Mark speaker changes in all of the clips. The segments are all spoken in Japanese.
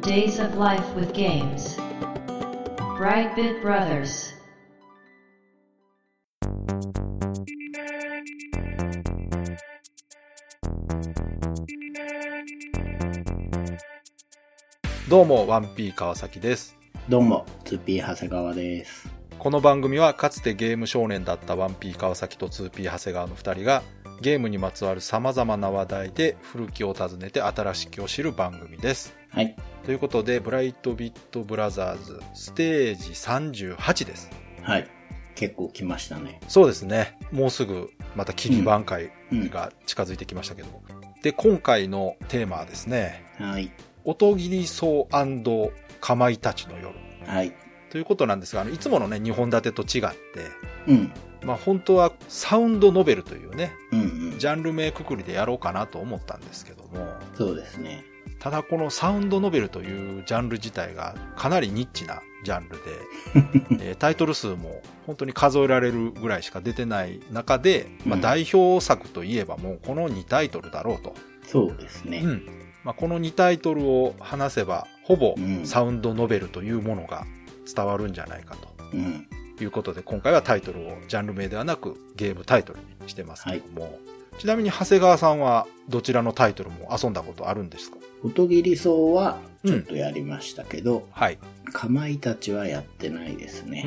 Speaker 1: Days of Life with Games. Brightbit Brothers.
Speaker 2: どうも、ワンピー川崎です。
Speaker 3: どうも、2P 長谷川です。
Speaker 2: この番組はかつてゲーム少年だったワンピー川崎と 2P 長谷川の2人がゲームにまつわる様々な話題で古きを訪ねて新しきを知る番組です。
Speaker 3: はい。
Speaker 2: ということで、ブライトビットブラザーズステージ38です。
Speaker 3: はい。結構来ましたね。
Speaker 2: そうですね。もうすぐまた切り挽回
Speaker 3: うん。
Speaker 2: が近づいてきましたけど。で、今回のテーマはですね、
Speaker 3: はい。
Speaker 2: 音切り草かまいたちの夜。
Speaker 3: はい。
Speaker 2: ということなんですが、あのいつものね、2本立てと違って、
Speaker 3: うん。
Speaker 2: まあ、本当はサウンドノベルというね、
Speaker 3: うんうん。
Speaker 2: ジャンル名くくりでやろうかなと思ったんですけども、
Speaker 3: そうですね。
Speaker 2: ただこのサウンドノベルというジャンル自体がかなりニッチなジャンル で、えータイトル数も本当に数えられるぐらいしか出てない中で、まあ、
Speaker 3: うん
Speaker 2: 代表作といえばもうこの2タイトルだろうと。
Speaker 3: そうですね
Speaker 2: う。んまあ、この2タイトルを話せば、ほぼ
Speaker 3: うん
Speaker 2: サウンドノベルというものが伝わるんじゃないかと。
Speaker 3: うん。
Speaker 2: ということで今回はタイトルをジャンル名ではなくゲームタイトルにしてますけども、ちなみに長谷川さんはどちらのタイトルも遊んだことあるんですか
Speaker 3: 音切り草は
Speaker 2: う
Speaker 3: ちょっ
Speaker 2: ん
Speaker 3: とやりましたけど、
Speaker 2: はい、
Speaker 3: かまいたちはやってないですね。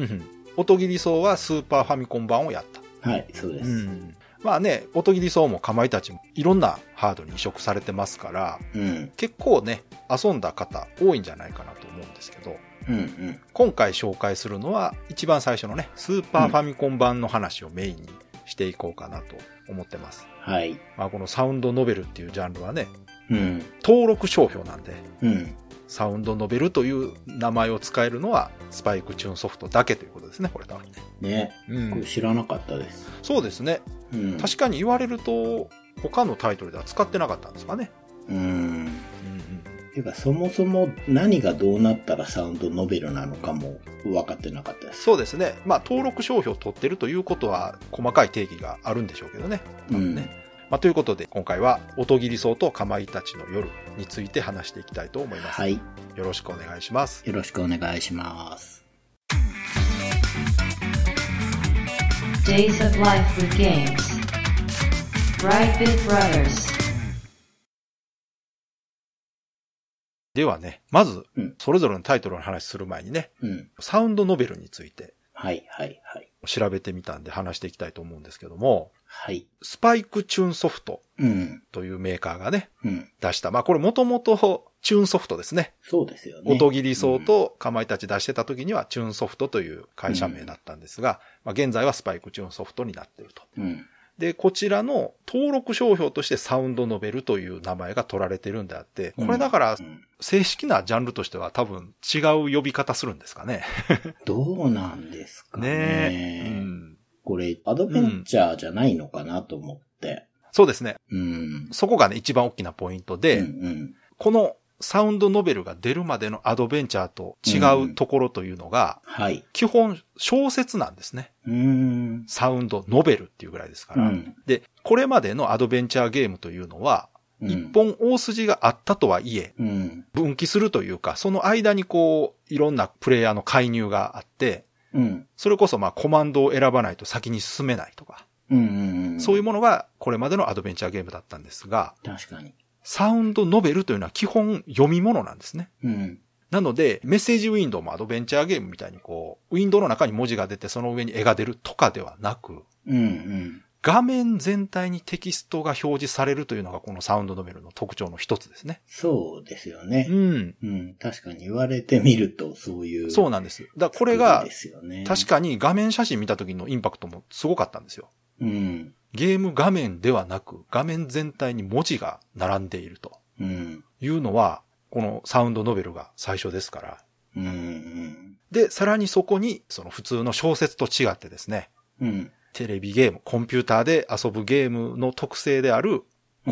Speaker 2: 音切り層はスーパーファミコン版をやった、
Speaker 3: はい、そうです。うん。
Speaker 2: まあね音切り層もかまいたちもいろんなハードに移植されてますから
Speaker 3: うん。
Speaker 2: 結構ね遊んだ方多いんじゃないかなと思うんですけど
Speaker 3: うん。うん。
Speaker 2: 今回紹介するのは一番最初のねスーパーファミコン版の話をメインにしていこうかなと思ってます、
Speaker 3: はい。
Speaker 2: まあ、このサウンドノベルっていうジャンルはね
Speaker 3: うん。
Speaker 2: 登録商標なんで
Speaker 3: うん。
Speaker 2: サウンドノベルという名前を使えるのはスパイクチューンソフトだけということですねこれ多分ね、
Speaker 3: ね。これ知らなかったです。
Speaker 2: そうですね
Speaker 3: うん。
Speaker 2: 確かに言われると他のタイトルでは使ってなかったんですかね、
Speaker 3: うん。
Speaker 2: うん
Speaker 3: ていうか、そもそも何がどうなったらサウンドノベルなのかも分かってなかったです。
Speaker 2: そうですねまあ登録商標を取ってるということは細かい定義があるんでしょうけどね、
Speaker 3: うん。
Speaker 2: ねまあ、ということで今回は「音切り草とかまいたちの夜」について話していきたいと思います、
Speaker 3: はい。
Speaker 2: よろしくお願いします
Speaker 3: よろしくお願いします。
Speaker 1: Days of Life with Games. Brightbit Brothers.
Speaker 2: ではねまず
Speaker 3: うん
Speaker 2: それぞれのタイトルの話する前にね
Speaker 3: うん。
Speaker 2: サウンドノベルについて
Speaker 3: はい、はい、はい。
Speaker 2: 調べてみたんで話していきたいと思うんですけども、
Speaker 3: はい。
Speaker 2: スパイクチューンソフト
Speaker 3: うん。
Speaker 2: というメーカーがね、
Speaker 3: うん。
Speaker 2: 出した。まあこれもともとチューンソフトですね。
Speaker 3: そうですよね。
Speaker 2: 音切り層とかまいたち出してた時にはチューンソフトという会社名だったんですが、まあ現在はスパイクチューンソフトになっていると。
Speaker 3: うん。
Speaker 2: で、こちらの登録商標としてサウンドノベルという名前が取られてるんであって、これだから
Speaker 3: うん。
Speaker 2: 正式なジャンルとしては多分違う呼び方するんですかね。
Speaker 3: どうなんですかね。
Speaker 2: ねえ。うん
Speaker 3: これ、アドベンチャーじゃないのかなと思って。
Speaker 2: そうですね。
Speaker 3: うん。
Speaker 2: そこがね、一番大きなポイントで、
Speaker 3: うん、うん。
Speaker 2: このサウンドノベルが出るまでのアドベンチャーと違うところというのが、
Speaker 3: はい。
Speaker 2: 基本小説なんですね。
Speaker 3: うーん。
Speaker 2: サウンドノベルっていうぐらいですか
Speaker 3: う
Speaker 2: ら。
Speaker 3: ん。
Speaker 2: で、これまでのアドベンチャーゲームというのは、
Speaker 3: うん
Speaker 2: 一。本大筋があったとはいえ、
Speaker 3: うん。
Speaker 2: 分岐するというか、その間にこう、いろんなプレイヤーの介入があって、
Speaker 3: うん。
Speaker 2: それこそまあコマンドを選ばないと先に進めないとか、
Speaker 3: うんうん。うん
Speaker 2: そういうものがこれまでのアドベンチャーゲームだったんですが、
Speaker 3: 確かに。
Speaker 2: サウンドノベルというのは基本読み物なんですね。
Speaker 3: うん。
Speaker 2: なので、メッセージウィンドウもアドベンチャーゲームみたいにこう、ウィンドウの中に文字が出てその上に絵が出るとかではなく、
Speaker 3: うん。うん。
Speaker 2: 画面全体にテキストが表示されるというのがこのサウンドノベルの特徴の一つですね。
Speaker 3: そうですよ
Speaker 2: う
Speaker 3: ね。
Speaker 2: ん。
Speaker 3: うん。確かに言われてみると、そういう。
Speaker 2: そうなんです。だからこれが
Speaker 3: で、すよね。
Speaker 2: 確かに画面写真見た時のインパクトもすごかったんですよ。
Speaker 3: うん。
Speaker 2: ゲーム画面ではなく、画面全体に文字が並んでいると
Speaker 3: うん。
Speaker 2: いうのは、このサウンドノベルが最初ですから。
Speaker 3: うん。うん。
Speaker 2: で、さらにそこに、その普通の小説と違ってですね、
Speaker 3: うん。
Speaker 2: テレビゲーム、コンピューターで遊ぶゲームの特性である、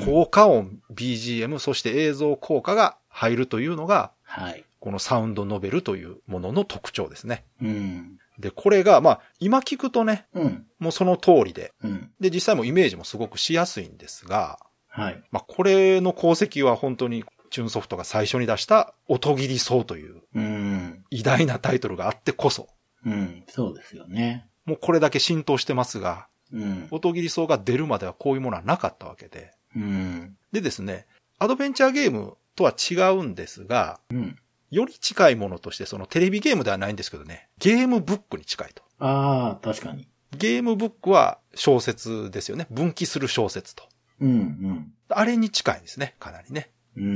Speaker 2: 効果音、BGM、そして映像効果が入るというのが、
Speaker 3: はい。
Speaker 2: このサウンドノベルというものの特徴ですね。
Speaker 3: うん。
Speaker 2: で、これが、まあ、今聞くとね、
Speaker 3: うん。
Speaker 2: もうその通りで、
Speaker 3: うん。
Speaker 2: で、実際もイメージもすごくしやすいんですが、
Speaker 3: はい。
Speaker 2: まあ、これの功績は本当にチューンソフトが最初に出した音切りそうという
Speaker 3: うん。
Speaker 2: 偉大なタイトルがあってこそ、
Speaker 3: うん。そうですよね。
Speaker 2: もうこれだけ浸透してますが、
Speaker 3: うん。
Speaker 2: 音切りそうが出るまではこういうものはなかったわけで。
Speaker 3: うん。
Speaker 2: でですね、アドベンチャーゲームとは違うんですが、
Speaker 3: うん。
Speaker 2: より近いものとして、そのテレビゲームではないんですけどね、ゲームブックに近いと。
Speaker 3: ああ、確かに。
Speaker 2: ゲームブックは小説ですよね。分岐する小説と。
Speaker 3: うん、
Speaker 2: あれに近いんですね、かなりね。
Speaker 3: うん。う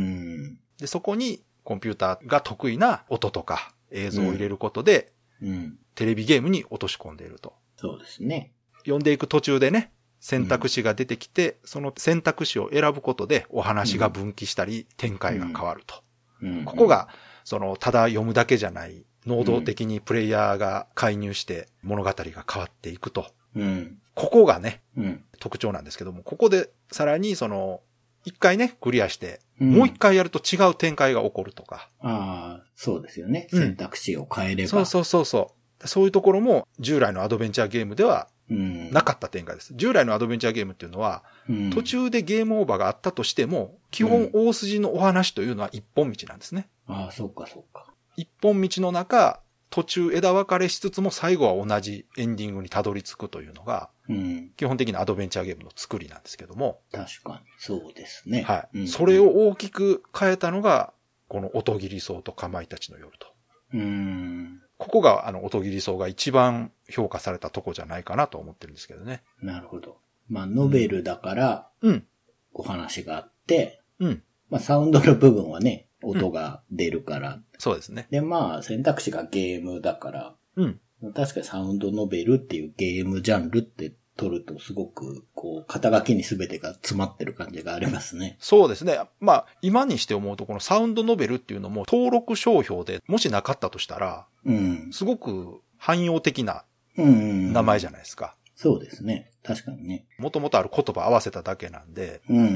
Speaker 3: ん。
Speaker 2: で、そこにコンピューターが得意な音とか映像を入れることで、
Speaker 3: うん。
Speaker 2: テレビゲームに落とし込んでいると。
Speaker 3: そうですね。
Speaker 2: 読んでいく途中でね、選択肢が出てきて、その選択肢を選ぶことでお話が分岐したり、展開が変わると。
Speaker 3: うん。
Speaker 2: ここ。が、その、ただ読むだけじゃない、能動的にプレイヤーが介入して物語が変わっていくと。
Speaker 3: うん。
Speaker 2: ここがね、
Speaker 3: うん。
Speaker 2: 特徴なんですけども、ここでさらにその、一回ね、クリアして、
Speaker 3: ん
Speaker 2: もう一。回やると違う展開が起こるとか。
Speaker 3: ああ、そうですよね。
Speaker 2: うん
Speaker 3: 選択肢を変えれば。
Speaker 2: そうそうそうそう。そういうところも従来のアドベンチャーゲームでは
Speaker 3: う。うん。
Speaker 2: なかった展開です。従来のアドベンチャーゲームっていうのは、
Speaker 3: うん、
Speaker 2: 途。中でゲームオーバーがあったとしても、基本大筋のお話というのは一本道なんですね。
Speaker 3: ああ、そうかそうか。
Speaker 2: 一本道の中、途中枝分かれしつつも最後は同じエンディングにたどり着くというのが、
Speaker 3: うん。
Speaker 2: 基本的なアドベンチャーゲームの作りなんですけども、
Speaker 3: 確かに。そうですね。
Speaker 2: はい。
Speaker 3: うん
Speaker 2: それを。大きく変えたのが、この音切り草とかまいたちの夜と。
Speaker 3: うん。
Speaker 2: ここが、あの、音切り草が一番評価されたとこじゃないかなと思ってるんですけどね。
Speaker 3: なるほど。まあ、ノベルだから、
Speaker 2: うん。
Speaker 3: お話があって、
Speaker 2: うん。
Speaker 3: まあ、サウンドの部分はね、音が出るから。
Speaker 2: そうですね。
Speaker 3: で、まあ、選択肢がゲームだから、
Speaker 2: うん。
Speaker 3: 確かにサウンドノベルっていうゲームジャンルって取るとすごく、こう、肩書きに全てが詰まってる感じがありますね。
Speaker 2: そうですね。まあ、今にして思うと、このサウンドノベルっていうのも登録商標で、もしなかったとしたら、
Speaker 3: うん。
Speaker 2: すごく汎用的な
Speaker 3: うんうん。
Speaker 2: 名前じ
Speaker 3: ゃ
Speaker 2: ゃ
Speaker 3: ん。
Speaker 2: ないですか。
Speaker 3: そうですね。確かにね。
Speaker 2: もともとある言葉合わせただけなんで、
Speaker 3: うんうんう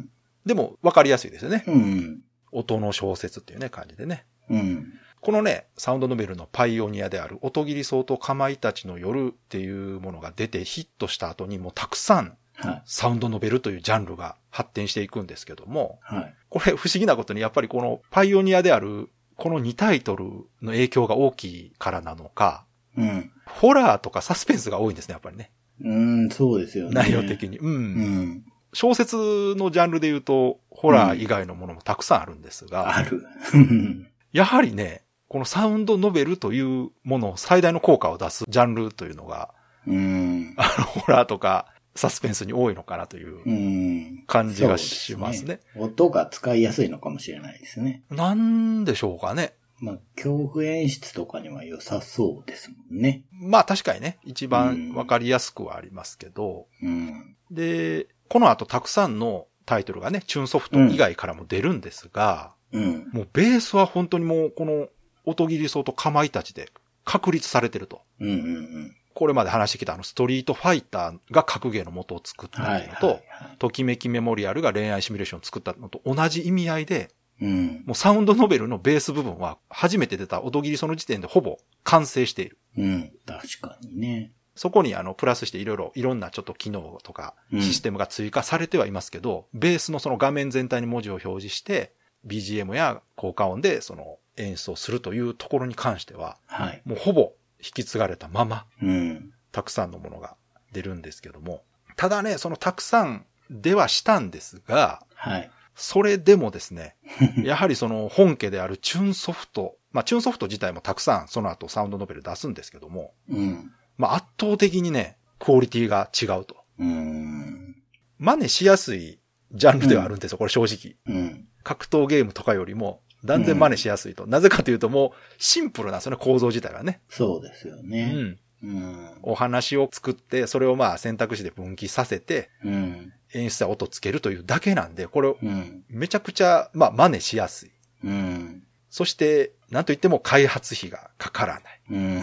Speaker 3: ん
Speaker 2: でも分かりやすいですよね。
Speaker 3: うん。うん
Speaker 2: 音の小説っていうね、感じでね。
Speaker 3: うん。うん。
Speaker 2: このね、サウンドノベルのパイオニアである、音切り草とかまいたちの夜っていうものが出てヒットした後にもうたくさん
Speaker 3: はい。
Speaker 2: サウンドノベルというジャンルが発展していくんですけども、
Speaker 3: はい。
Speaker 2: これ不思議なことにやっぱりこのパイオニアである、この2タイトルの影響が大きいからなのか、
Speaker 3: うん。
Speaker 2: ホラーとかサスペンスが多いんですね、やっぱりね。
Speaker 3: うん、そうですよね。
Speaker 2: 内容的に。う
Speaker 3: うんん。
Speaker 2: 小説のジャンルで言うと、ホラー以外のものもたくさんあるんですが、
Speaker 3: ある。 うん
Speaker 2: やはりね、このサウンドノベルというものを最大の効果を出すジャンルというのが、
Speaker 3: うん。
Speaker 2: あの、ホラーとかサスペンスに多いのかなという
Speaker 3: うん。
Speaker 2: 感じがしますね。
Speaker 3: 音が使いやすいのかもしれないですね。
Speaker 2: なんでしょうかね。
Speaker 3: まあ、恐怖演出とかには良さそうですもんね。
Speaker 2: まあ確かにね、一
Speaker 3: う
Speaker 2: 番
Speaker 3: ん
Speaker 2: わかりやすくはありますけど、
Speaker 3: うん。
Speaker 2: で、この後たくさんのタイトルがね、チューンソフト以外からも出るんですが、
Speaker 3: うん。
Speaker 2: もうベースは本当にもうこの音切り草とかまいたちで確立されてると。
Speaker 3: うんうんうん。
Speaker 2: これまで話してきたあのストリートファイターが格ゲーの元を作った
Speaker 3: は
Speaker 2: の
Speaker 3: い。
Speaker 2: と、
Speaker 3: はいは
Speaker 2: ときめきメモリアルが恋愛シミュレーションを作ったのと同じ意味合いで、
Speaker 3: い。うん。
Speaker 2: もうサウンドノベルのベース部分は初めて出た音切りその時点でほぼ完成している。
Speaker 3: うん。確かにね。
Speaker 2: そこにあのプラスしていろいろいろんなちょっと機能とか
Speaker 3: うん
Speaker 2: システムが追加されてはいますけど、ベースのその画面全体に文字を表示して、BGM や効果音でその演出をするというところに関しては、
Speaker 3: はい。
Speaker 2: もうほぼ引き継がれたまま、
Speaker 3: うん。
Speaker 2: たくさんのものが出るんですけども。ただね、そのたくさんではしたんですが、
Speaker 3: はい。
Speaker 2: それでもです ね、やはりその本家であるチューンソフト、まあチューンソフト自体もたくさんその後サウンドノベル出すんですけども、
Speaker 3: うん。
Speaker 2: まあ圧倒的にね、クオリティが違うと。
Speaker 3: うん。
Speaker 2: 真似しやすいジャンルではあるんですよ、これ正直。
Speaker 3: うん。
Speaker 2: 格闘ゲームとかよりも断然真似しやすいと。なぜかというともうシンプルなんですよね、構造自体はね。
Speaker 3: そうですよ
Speaker 2: う
Speaker 3: ね。
Speaker 2: ん。
Speaker 3: うん。
Speaker 2: お話を作って、それをまあ選択肢で分岐させて、
Speaker 3: うん。
Speaker 2: 演出や音つけるというだけなんで、これ
Speaker 3: うん。
Speaker 2: めちゃくちゃ、まあ、真似しやすい。
Speaker 3: うん。
Speaker 2: そして、なんといっても開発費がかから
Speaker 3: うん。
Speaker 2: ない。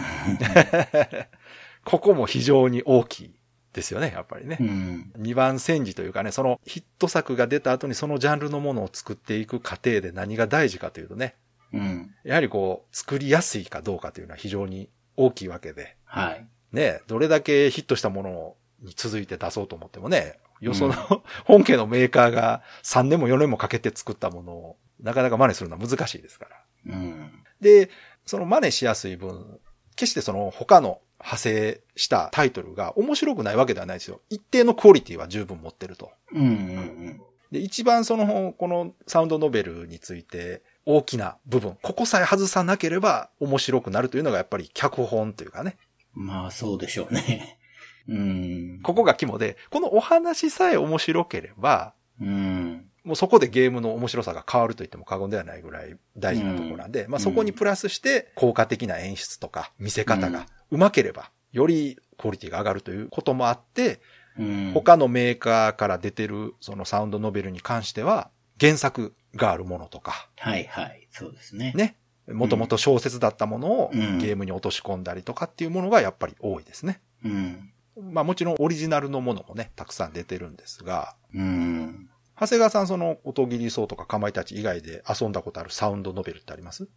Speaker 2: ここも非常に大きいですよね、やっぱりね
Speaker 3: う。ん。
Speaker 2: 二番煎じというかね、そのヒット作が出た後にそのジャンルのものを作っていく過程で何が大事かというとね、
Speaker 3: うん。
Speaker 2: やはりこう、作りやすいかどうかというのは非常に大きいわけで、
Speaker 3: はい。
Speaker 2: ね、どれだけヒットしたものをに続いて出そうと思ってもね、よその、 本家のメーカーが3年も4年もかけて作ったものを、なかなか真似するのは難しいですから。
Speaker 3: うん。
Speaker 2: で、その真似しやすい分、決してその他の派生したタイトルが面白くないわけではないですよ。一定のクオリティは十分持ってると。
Speaker 3: うんうん
Speaker 2: で、一番その、このサウンドノベルについて大きな部分、ここさえ外さなければ面白くなるというのがやっぱり脚本というかね、
Speaker 3: うん。まあ、そうでしょうね。 うん。
Speaker 2: ここが肝で、このお話さえ面白ければ、
Speaker 3: うん。
Speaker 2: もうそこでゲームの面白さが変わると言っても過言ではないぐらい大事なところなんで、まあそこにプラスして効果的な演出とか見せ方が上手ければ、よりクオリティが上がるということもあって、
Speaker 3: うん。
Speaker 2: 他のメーカーから出てるそのサウンドノベルに関しては、原作があるものとか、
Speaker 3: はいはい。そうですね。
Speaker 2: ね、もともと小説だったものを
Speaker 3: うん
Speaker 2: ゲームに落とし込んだりとかっていうものがやっぱり多いですね。
Speaker 3: うん。
Speaker 2: まあもちろんオリジナルのものもね、たくさん出てるんですが、
Speaker 3: うん。
Speaker 2: 長谷川さんその音切りそうとかかまいたち以外で遊んだことあるサウンドノベルってあります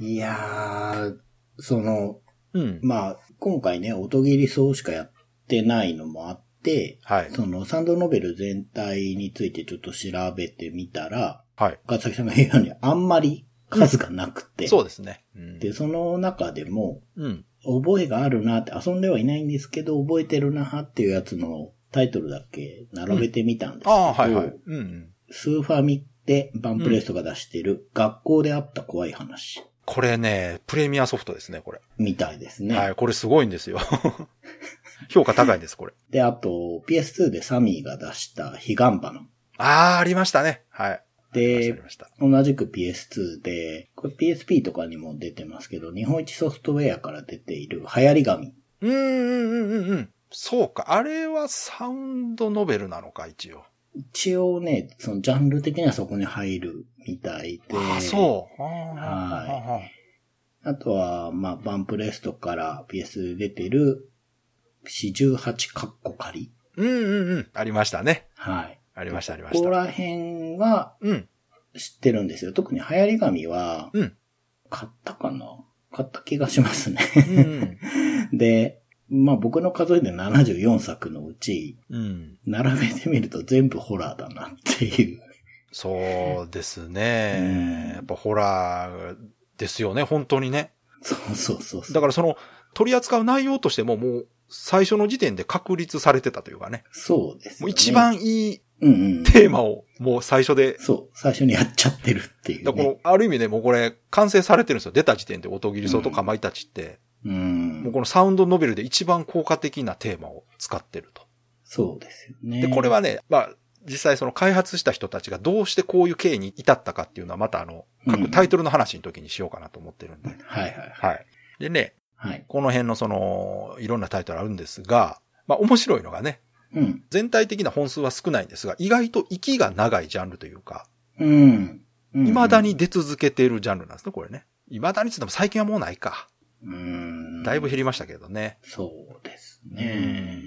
Speaker 3: いやー、その、
Speaker 2: うん。
Speaker 3: まあ、今回ね、音切りそうしかやってないのもあって、
Speaker 2: はい。
Speaker 3: その、サンドノベル全体についてちょっと調べてみたら、
Speaker 2: はい。
Speaker 3: 川崎さんが言うようにあんまり数がなくて、
Speaker 2: そうですね。うん。
Speaker 3: で、その中でも、
Speaker 2: うん。
Speaker 3: 覚えがあるなって、遊んではいないんですけど、覚えてるなっていうやつのタイトルだけ並べてみたんですけ
Speaker 2: あ
Speaker 3: ど、
Speaker 2: あ、はいはい。うんうん。
Speaker 3: スーファミでバンプレストが出してる、学校であった怖い話、
Speaker 2: これね、プレミアソフトですね、これ。
Speaker 3: みたいですね。
Speaker 2: はい、これすごいんですよ。 評価高いです、これ。
Speaker 3: で、あと、PS2 でサミーが出した彼岸花。で
Speaker 2: ああ、ありましたね。はい。あり
Speaker 3: で、
Speaker 2: ました。あり
Speaker 3: 同じく PS2 で、これ PSP とかにも出てますけど、日本一ソフトウェアから出ている流行り紙。
Speaker 2: ましたうんうんうんうんうん。そうか。あれはサウンドノベルなのか、一応。
Speaker 3: 一応ね、そのジャンル的にはそこに入るみたいで。
Speaker 2: ああ、そう。は
Speaker 3: はい
Speaker 2: あ
Speaker 3: あとは、まあ、バンプレストから PS で出てる、四十八カッコ仮。
Speaker 2: うんうんうん。ありましたね。
Speaker 3: はい。
Speaker 2: ありました、ありま
Speaker 3: こ
Speaker 2: し
Speaker 3: こ
Speaker 2: た。
Speaker 3: ら辺は
Speaker 2: うん。
Speaker 3: 知ってるんですよ。特に流行り紙は、
Speaker 2: うん
Speaker 3: 買ったかな買った気がしますね。
Speaker 2: う んうん。
Speaker 3: で、まあ僕の数えで74作のうち、
Speaker 2: うん。
Speaker 3: 並べてみると全部ホラーだなっていう。
Speaker 2: そうです
Speaker 3: うん
Speaker 2: ね。やっぱホラーですよね、本当にね。
Speaker 3: そうそうそうそう。
Speaker 2: だからその取り扱う内容としてももう最初の時点で確立されてたというかね。
Speaker 3: そうです、ね。
Speaker 2: もう一、番いい
Speaker 3: うんうん。
Speaker 2: テーマをもう最初で、
Speaker 3: そう、最初にやっちゃってるっていう、ね。
Speaker 2: だからこのある意味でもうこれ完成されてるんですよ。出た時点で音切りそうとかまいたちって、
Speaker 3: うん
Speaker 2: もう。このサウンドノベルで一番効果的なテーマを使ってると。
Speaker 3: そうですよね。
Speaker 2: で、これはね、まあ、実際その開発した人たちがどうしてこういう経緯に至ったかっていうのはまたあの、
Speaker 3: う
Speaker 2: 各
Speaker 3: ん
Speaker 2: タイトルの話の時にしようかなと思ってるんで。
Speaker 3: はいはいはい。
Speaker 2: はい。でね、
Speaker 3: はい。
Speaker 2: この辺のその、いろんなタイトルあるんですが、まあ面白いのがね、
Speaker 3: うん。
Speaker 2: 全体的な本数は少ないんですが、意外と息が長いジャンルというか、
Speaker 3: うん。うん
Speaker 2: 未だに。出続けているジャンルなんですね、これね。未だにつっても最近はもうないか。
Speaker 3: うん。
Speaker 2: だいぶ減りましたけどね。
Speaker 3: そうですね。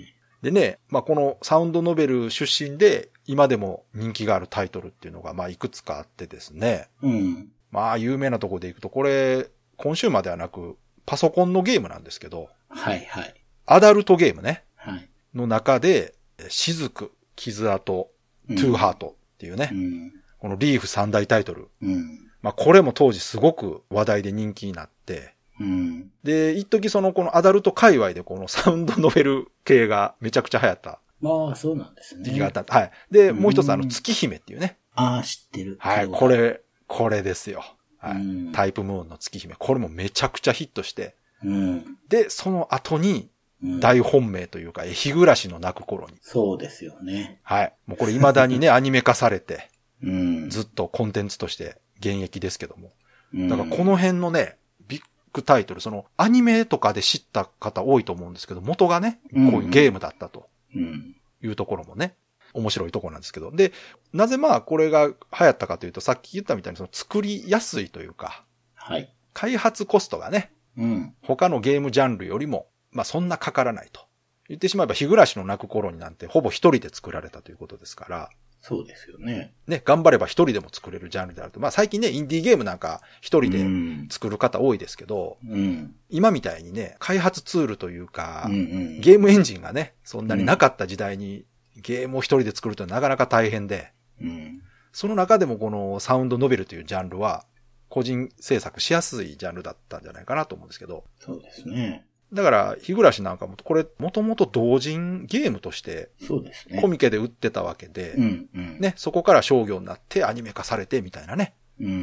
Speaker 2: でね、まあこのサウンドノベル出身で、今でも人気があるタイトルっていうのが、まあいくつかあってですね。
Speaker 3: うん。
Speaker 2: まあ有名なとこでいくと、これ、今週まではなく、パソコンのゲームなんですけど、
Speaker 3: はいはい。
Speaker 2: アダルトゲームね、
Speaker 3: はい。
Speaker 2: の中で、え雫、傷跡、
Speaker 3: ト
Speaker 2: トゥーハートっていうね、
Speaker 3: うん。
Speaker 2: このリーフ三大タイトル。
Speaker 3: うん。
Speaker 2: まあこれも当時すごく話題で人気になって、
Speaker 3: うん。
Speaker 2: で、一時そのこのアダルト界隈でこのサウンドノベル系がめちゃくちゃ流行った
Speaker 3: まあ、そうなんですね。
Speaker 2: 時期があった。はい。で、
Speaker 3: うん
Speaker 2: もう一つあの月姫っていうね。
Speaker 3: ああ、知ってる。
Speaker 2: はい、こ。れ、これですよ。は
Speaker 3: う
Speaker 2: い。
Speaker 3: ん
Speaker 2: タイプムーンの月姫。これもめちゃくちゃヒットして、
Speaker 3: うん。
Speaker 2: で、その後に
Speaker 3: うん
Speaker 2: 大本命というか、え日暮らしの泣く頃に。
Speaker 3: そうですよね。
Speaker 2: はい。もうこれ未だに ね、アニメ化されて、
Speaker 3: うん。
Speaker 2: ずっとコンテンツとして現役ですけども。
Speaker 3: うん
Speaker 2: だからこ、の辺のね、ビッグタイトル、そのアニメとかで知った方多いと思うんですけど、元がね、こういうゲームだったと
Speaker 3: うん。
Speaker 2: いうところもね、面白いところなんですけど。で、なぜまあこれが流行ったかというと、さっき言ったみたいにその作りやすいというか、
Speaker 3: はい。
Speaker 2: 開発コストがね、
Speaker 3: うん。
Speaker 2: 他のゲームジャンルよりも、まあそんなかからないと。言ってしまえば、日暮らしの泣く頃になんて、ほぼ一人で作られたということですから、
Speaker 3: そうですよね。
Speaker 2: ね、頑張れば一人でも作れるジャンルであると。まあ最近ね、インディーゲームなんか一人
Speaker 3: う
Speaker 2: で
Speaker 3: ん。
Speaker 2: 作る方多いですけど、
Speaker 3: うん。
Speaker 2: 今みたいにね、開発ツールというか、
Speaker 3: うんうん。
Speaker 2: ゲームエンジンがね、そんなになかった時代に、ゲームを一人で作るとなかなか大変で、
Speaker 3: うん。
Speaker 2: その中でもこのサウンドノベルというジャンルは、個人制作しやすいジャンルだったんじゃないかなと思うんですけど、
Speaker 3: そうですね。
Speaker 2: だから、日暮らしなんかも、これ、もともと同人ゲームとして、
Speaker 3: そうですね。
Speaker 2: コミケで売ってたわけで、
Speaker 3: うんうん。。
Speaker 2: ね、そこから商業になってアニメ化されてみたいなね、
Speaker 3: うん。
Speaker 2: う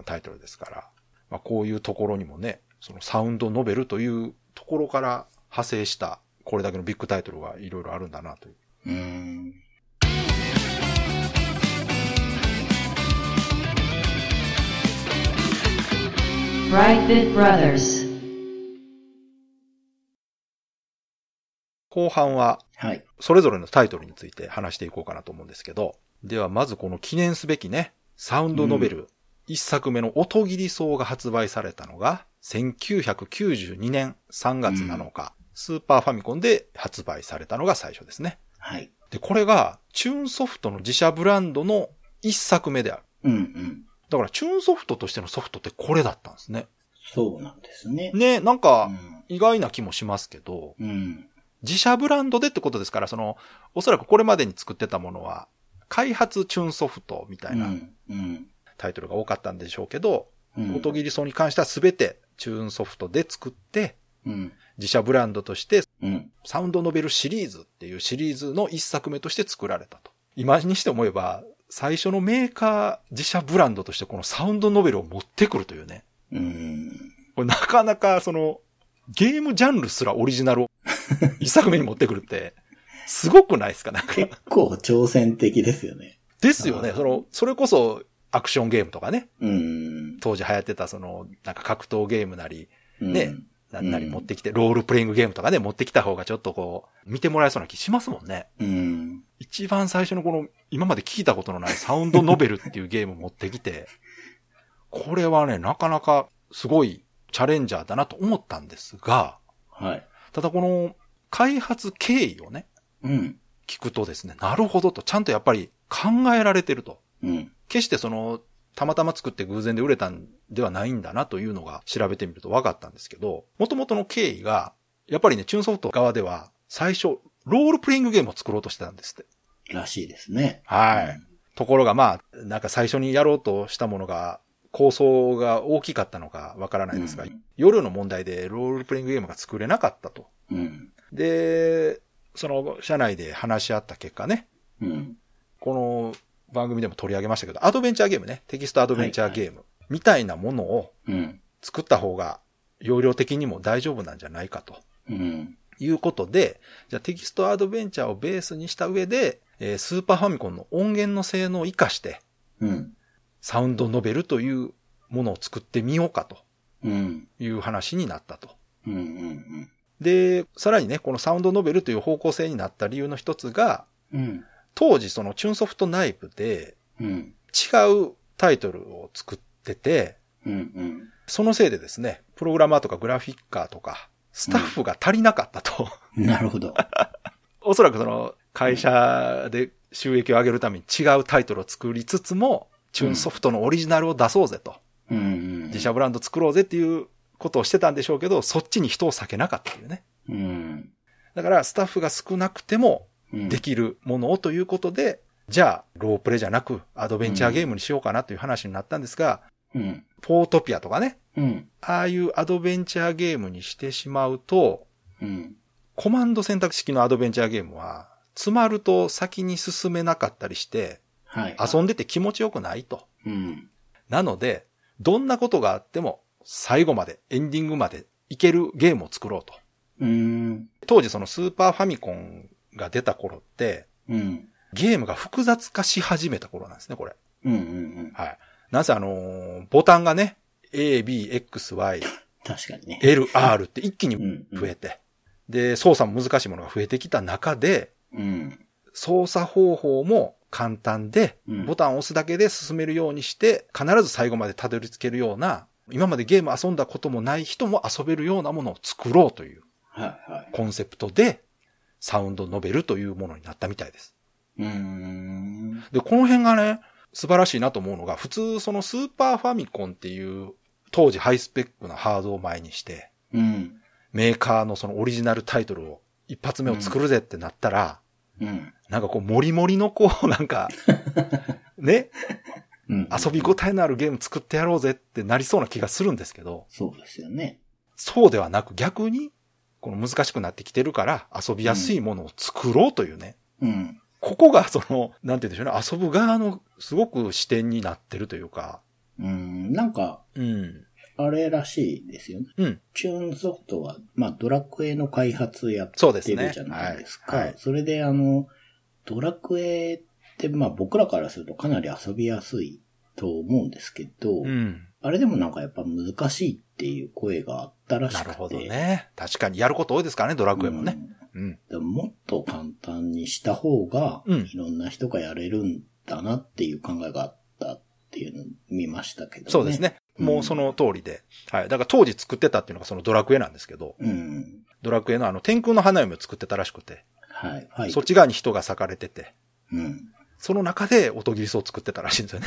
Speaker 2: ん、タイトルですから、まあ、こういうところにもね、そのサウンドノベルというところから派生した、これだけのビッグタイトルがいろいろあるんだなという。
Speaker 3: うん。
Speaker 1: Brightbit Brothers.
Speaker 2: 後半は、
Speaker 3: はい。
Speaker 2: それぞれのタイトルについて話していこうかなと思うんですけど、ではまずこの記念すべきね、サウンドノベル、一作目の音切り層が発売されたのが、1992年3月7日、スーパーファミコンで発売されたのが最初ですね。
Speaker 3: はい。
Speaker 2: で、これが、チューンソフトの自社ブランドの一作目である。
Speaker 3: うんうん。
Speaker 2: だから、チューンソフトとしてのソフトってこれだったんですね。
Speaker 3: そうなんですね。
Speaker 2: ね、なんか、意外な気もしますけど、
Speaker 3: うん。うん。
Speaker 2: 自社ブランドでってことですから、その、おそらくこれまでに作ってたものは、開発チューンソフトみた
Speaker 3: う。
Speaker 2: いなん
Speaker 3: うん。
Speaker 2: タイトルが多かったんでしょうけど、
Speaker 3: うん。
Speaker 2: 音切り層に関しては全てチューンソフトで作って、
Speaker 3: うん。
Speaker 2: 自社ブランドとして
Speaker 3: うん。
Speaker 2: サウンドノベルシリーズっていうシリーズの一作目として作られたと。今にして思えば、最初のメーカー自社ブランドとしてこのサウンドノベルを持ってくるというね。
Speaker 3: うん。
Speaker 2: これなかなかその、ゲームジャンルすらオリジナルを一作目に持ってくるって、すごくないですかなんか。
Speaker 3: 結構挑戦的ですよね。
Speaker 2: ですよね。その、それこそアクションゲームとかね、
Speaker 3: うん。
Speaker 2: 当時流行ってたその、なんか格闘ゲームなり、
Speaker 3: うん
Speaker 2: ねなんなり持ってきて、ロールプレイングゲームとかね、持ってきた方がちょっとこう、見てもらえそうな気しますもんね。
Speaker 3: うん。
Speaker 2: 一番最初のこの、今まで聞いたことのないサウンドノベルっていうゲームを持ってきて、これはね、なかなかすごいチャレンジャーだなと思ったんですが、
Speaker 3: はい。
Speaker 2: ただこの開発経緯をね、
Speaker 3: うん。
Speaker 2: 聞くとですね、なるほどと、ちゃんとやっぱり考えられてると。
Speaker 3: うん。
Speaker 2: 決してその、たまたま作って偶然で売れたんではないんだなというのが調べてみると分かったんですけど、元々の経緯が、やっぱりね、チューンソフト側では最初、ロールプレイングゲームを作ろうとしてたんですって。
Speaker 3: らしいですね。
Speaker 2: はい。ところがまあ、なんか最初にやろうとしたものが、構想が大きかったのかわからないですが、
Speaker 3: うん
Speaker 2: 夜の問題でロールプレイングゲームが作れなかったと。
Speaker 3: うん。
Speaker 2: で、その、社内で話し合った結果ね、
Speaker 3: うん。
Speaker 2: この番組でも取り上げましたけど、アドベンチャーゲームね、テキストアドベンチャーゲームみたいなものを
Speaker 3: うん。
Speaker 2: 作った方が容量的にも大丈夫なんじゃないかと
Speaker 3: うん。
Speaker 2: いうことで、じゃあテキストアドベンチャーをベースにした上で、えースーパーファミコンの音源の性能を活かして、
Speaker 3: うん。
Speaker 2: サウンドノベルというものを作ってみようかと
Speaker 3: うん。
Speaker 2: いう話になったと。
Speaker 3: うん。うん。
Speaker 2: で、さらにね、このサウンドノベルという方向性になった理由の一つが、
Speaker 3: うん。
Speaker 2: 当時そのチューンソフト内部で
Speaker 3: うん。
Speaker 2: 違うタイトルを作ってて、
Speaker 3: うん。
Speaker 2: そのせいでですね、プログラマーとかグラフィッカーとか、スタッフが足りなかったと。
Speaker 3: うん。なるほど。
Speaker 2: おそらくその会社で収益を上げるために違うタイトルを作りつつも、チューンソフトのオリジナルを出そうぜと。
Speaker 3: うん。うん
Speaker 2: 自社ブランド作ろうぜっていうことをしてたんでしょうけど、そっちに人を避けなかったというね。
Speaker 3: うん。
Speaker 2: だからスタッフが少なくても
Speaker 3: うん
Speaker 2: できるものをということで、じゃあ、ロープレじゃなくアドベンチャーゲームにしようかなという話になったんですが、
Speaker 3: うん。
Speaker 2: ポートピアとかね、
Speaker 3: うん。
Speaker 2: ああいうアドベンチャーゲームにしてしまうと、
Speaker 3: うん。
Speaker 2: コマンド選択式のアドベンチャーゲームは、詰まると先に進めなかったりして、
Speaker 3: はい。
Speaker 2: 遊んでて気持ちよくないと。
Speaker 3: うん。
Speaker 2: なので、どんなことがあっても、最後まで、エンディングまでいけるゲームを作ろうと。
Speaker 3: うん。
Speaker 2: 当時そのスーパーファミコンが出た頃って、
Speaker 3: うん。
Speaker 2: ゲームが複雑化し始めた頃なんですね、これ。
Speaker 3: うん。うん。
Speaker 2: はい。なんせあのーボタンがね、A, B, X, Y,
Speaker 3: 確かにね。
Speaker 2: L, R って一気に
Speaker 3: うん。
Speaker 2: 増えて、で、操作も難しいものが増えてきた中で、
Speaker 3: うん。
Speaker 2: 操作方法も簡単で、
Speaker 3: うん
Speaker 2: ボタンを押すだけで進めるようにして、必ず最後までたどり着けるような、今までゲーム遊んだこともない人も遊べるようなものを作ろうという
Speaker 3: はいは
Speaker 2: コンセプトで、サウンドノベルというものになったみたいです。
Speaker 3: い。うん。うん。
Speaker 2: で、この辺がね、素晴らしいなと思うのが、普通そのスーパーファミコンっていう、当時ハイスペックなハードを前にして、
Speaker 3: うん。
Speaker 2: メーカーのそのオリジナルタイトルを一発目を作るぜってなったら、
Speaker 3: うん。
Speaker 2: なんかこう、もりもりのこう、 なんか、ね、
Speaker 3: うん。
Speaker 2: 遊び応えのあるゲーム作ってやろうぜってなりそうな気がするんですけど、
Speaker 3: そうですよね。
Speaker 2: そうではなく逆に、この難しくなってきてるから遊びやすいものを作ろうというね、
Speaker 3: うん。
Speaker 2: ここがその、なんて言うんでしょうね、遊ぶ側のすごく視点になってるというか、
Speaker 3: うん。なんか、
Speaker 2: うん。
Speaker 3: あれらしいですよね。
Speaker 2: うん。
Speaker 3: チューンソフトは、まあ、ドラクエの開発やって
Speaker 2: そうですね
Speaker 3: るじゃないですか。そ
Speaker 2: はいはい
Speaker 3: れで、あの、ドラクエって、まあ、僕らからするとかなり遊びやすいと思うんですけど、
Speaker 2: うん。
Speaker 3: あれでもなんかやっぱ難しいっていう声があったらしく
Speaker 2: な
Speaker 3: て。
Speaker 2: るほどね。確かにやること多いですからね、ドラクエもね。うん。
Speaker 3: でももっと簡単にした方が、
Speaker 2: うん
Speaker 3: いろんな人がやれるんだなっていう考えがあったっていうのを見ましたけどね。
Speaker 2: そうです。ね。
Speaker 3: うん
Speaker 2: もうその通りで。はい。だから当時作ってたっていうのがそのドラクエなんですけど、
Speaker 3: うん。
Speaker 2: ドラクエのあの天空の花嫁を作ってたらしくて、
Speaker 3: はい。はい。
Speaker 2: そっち側に人が裂かれてて、
Speaker 3: うん。
Speaker 2: その中で音ギリスを作ってたらしいんですよ ね。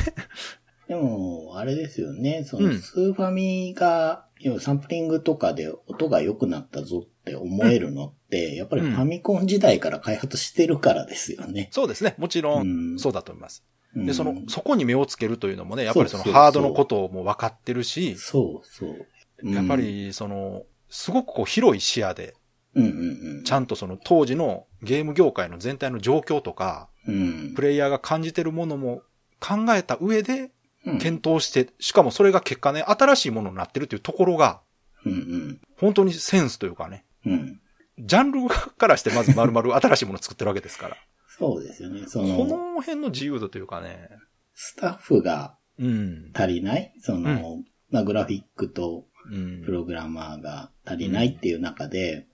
Speaker 3: でも、あれですよね。そうの
Speaker 2: ん
Speaker 3: スーファミが、要はサンプリングとかで音が良くなったぞって思えるのって、やっぱりファミコン時代から開発してるからですよね。
Speaker 2: そうですね。もちろん、
Speaker 3: うん
Speaker 2: そうだと思います。
Speaker 3: う
Speaker 2: で、
Speaker 3: ん
Speaker 2: その、そこに目をつけるというのもね、やっぱりその
Speaker 3: そうそう
Speaker 2: ハードのことをもう分かってるし、
Speaker 3: そうそう。うん
Speaker 2: やっぱ、り、その、すごくこう広い視野で、
Speaker 3: うんうんうん。
Speaker 2: ちゃんとその当時のゲーム業界の全体の状況とか、
Speaker 3: うん
Speaker 2: プレイヤーが感じてるものも考えた上で
Speaker 3: うん
Speaker 2: 検討して、しかもそれが結果ね、新しいものになってるというところが、
Speaker 3: うんうん。
Speaker 2: 本当にセンスというかね、
Speaker 3: うん。
Speaker 2: ジャンルからしてまず丸々新しいものを作ってるわけですから、
Speaker 3: そうですよね。そ
Speaker 2: こ
Speaker 3: の、
Speaker 2: の辺の自由度というかね、
Speaker 3: スタッフが
Speaker 2: うん、
Speaker 3: 足りない、その、まあ、グラフィックと
Speaker 2: うん
Speaker 3: プ、ログラマーが足りないっていう中で、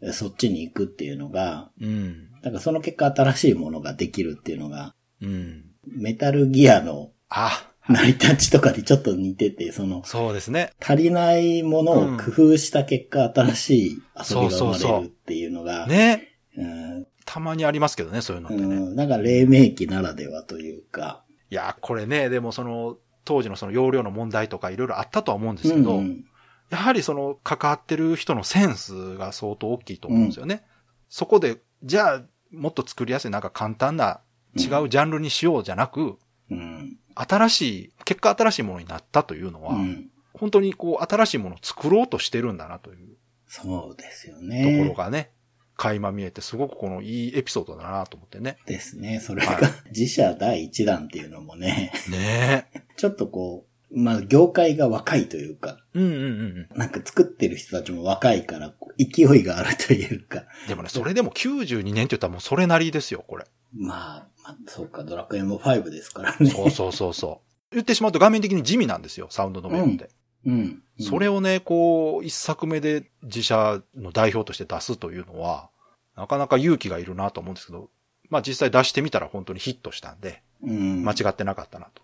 Speaker 2: うん、
Speaker 3: そっちに行くっていうのが、
Speaker 2: うん、
Speaker 3: なんかその結果新しいものができるっていうのが、
Speaker 2: うん。
Speaker 3: メタルギアの
Speaker 2: あ、
Speaker 3: 成り立ちとかにちょっと似てて、その、
Speaker 2: そうですね。
Speaker 3: 足りないものを工夫した結果、新しい遊びが生まれるっていうのが、
Speaker 2: ね。
Speaker 3: うん
Speaker 2: たまにありますけどね、そういうのっ
Speaker 3: う
Speaker 2: てね。
Speaker 3: ん、なんか黎明期ならではというか、
Speaker 2: いやー、これね、でもその、当時のその容量の問題とかいろいろあったとは思うんです
Speaker 3: う
Speaker 2: けど、
Speaker 3: ん
Speaker 2: やはりその関わってる人のセンスが相当大きいと思うんですよね。そこで、じゃあ、もっと作りやすいなんか簡単な違うジャンルにしようじゃなく、
Speaker 3: うん、
Speaker 2: 新しい、結果新しいものになったというのは、
Speaker 3: うん、
Speaker 2: 本当にこう新しいものを作ろうとしてるんだなという
Speaker 3: そうですよ
Speaker 2: と
Speaker 3: ね。
Speaker 2: ころがね、垣間見えてすごくこのいいエピソードだなと思ってね。
Speaker 3: ですね。それ
Speaker 2: は
Speaker 3: が、自社第一弾っていうのもね、
Speaker 2: ねえ。
Speaker 3: ちょっとこう、まあ、業界が若いというか、
Speaker 2: うんうんうんうん。
Speaker 3: なんか作ってる人たちも若いから、こう勢いがあるというか、
Speaker 2: でもね、それでも92年って言ったらもうそれなりですよ、これ。
Speaker 3: まあ、まあ、そうか、ドラクエも5ですからね。
Speaker 2: そうそうそうそう。 言ってしまうと画面的に地味なんですよ、サウンドノベルって。
Speaker 3: うん。
Speaker 2: それをね、こう、一作目で自社の代表として出すというのは、なかなか勇気がいるなと思うんですけど、まあ実際出してみたら本当にヒットしたんで、
Speaker 3: うん、
Speaker 2: 間違ってなかったなと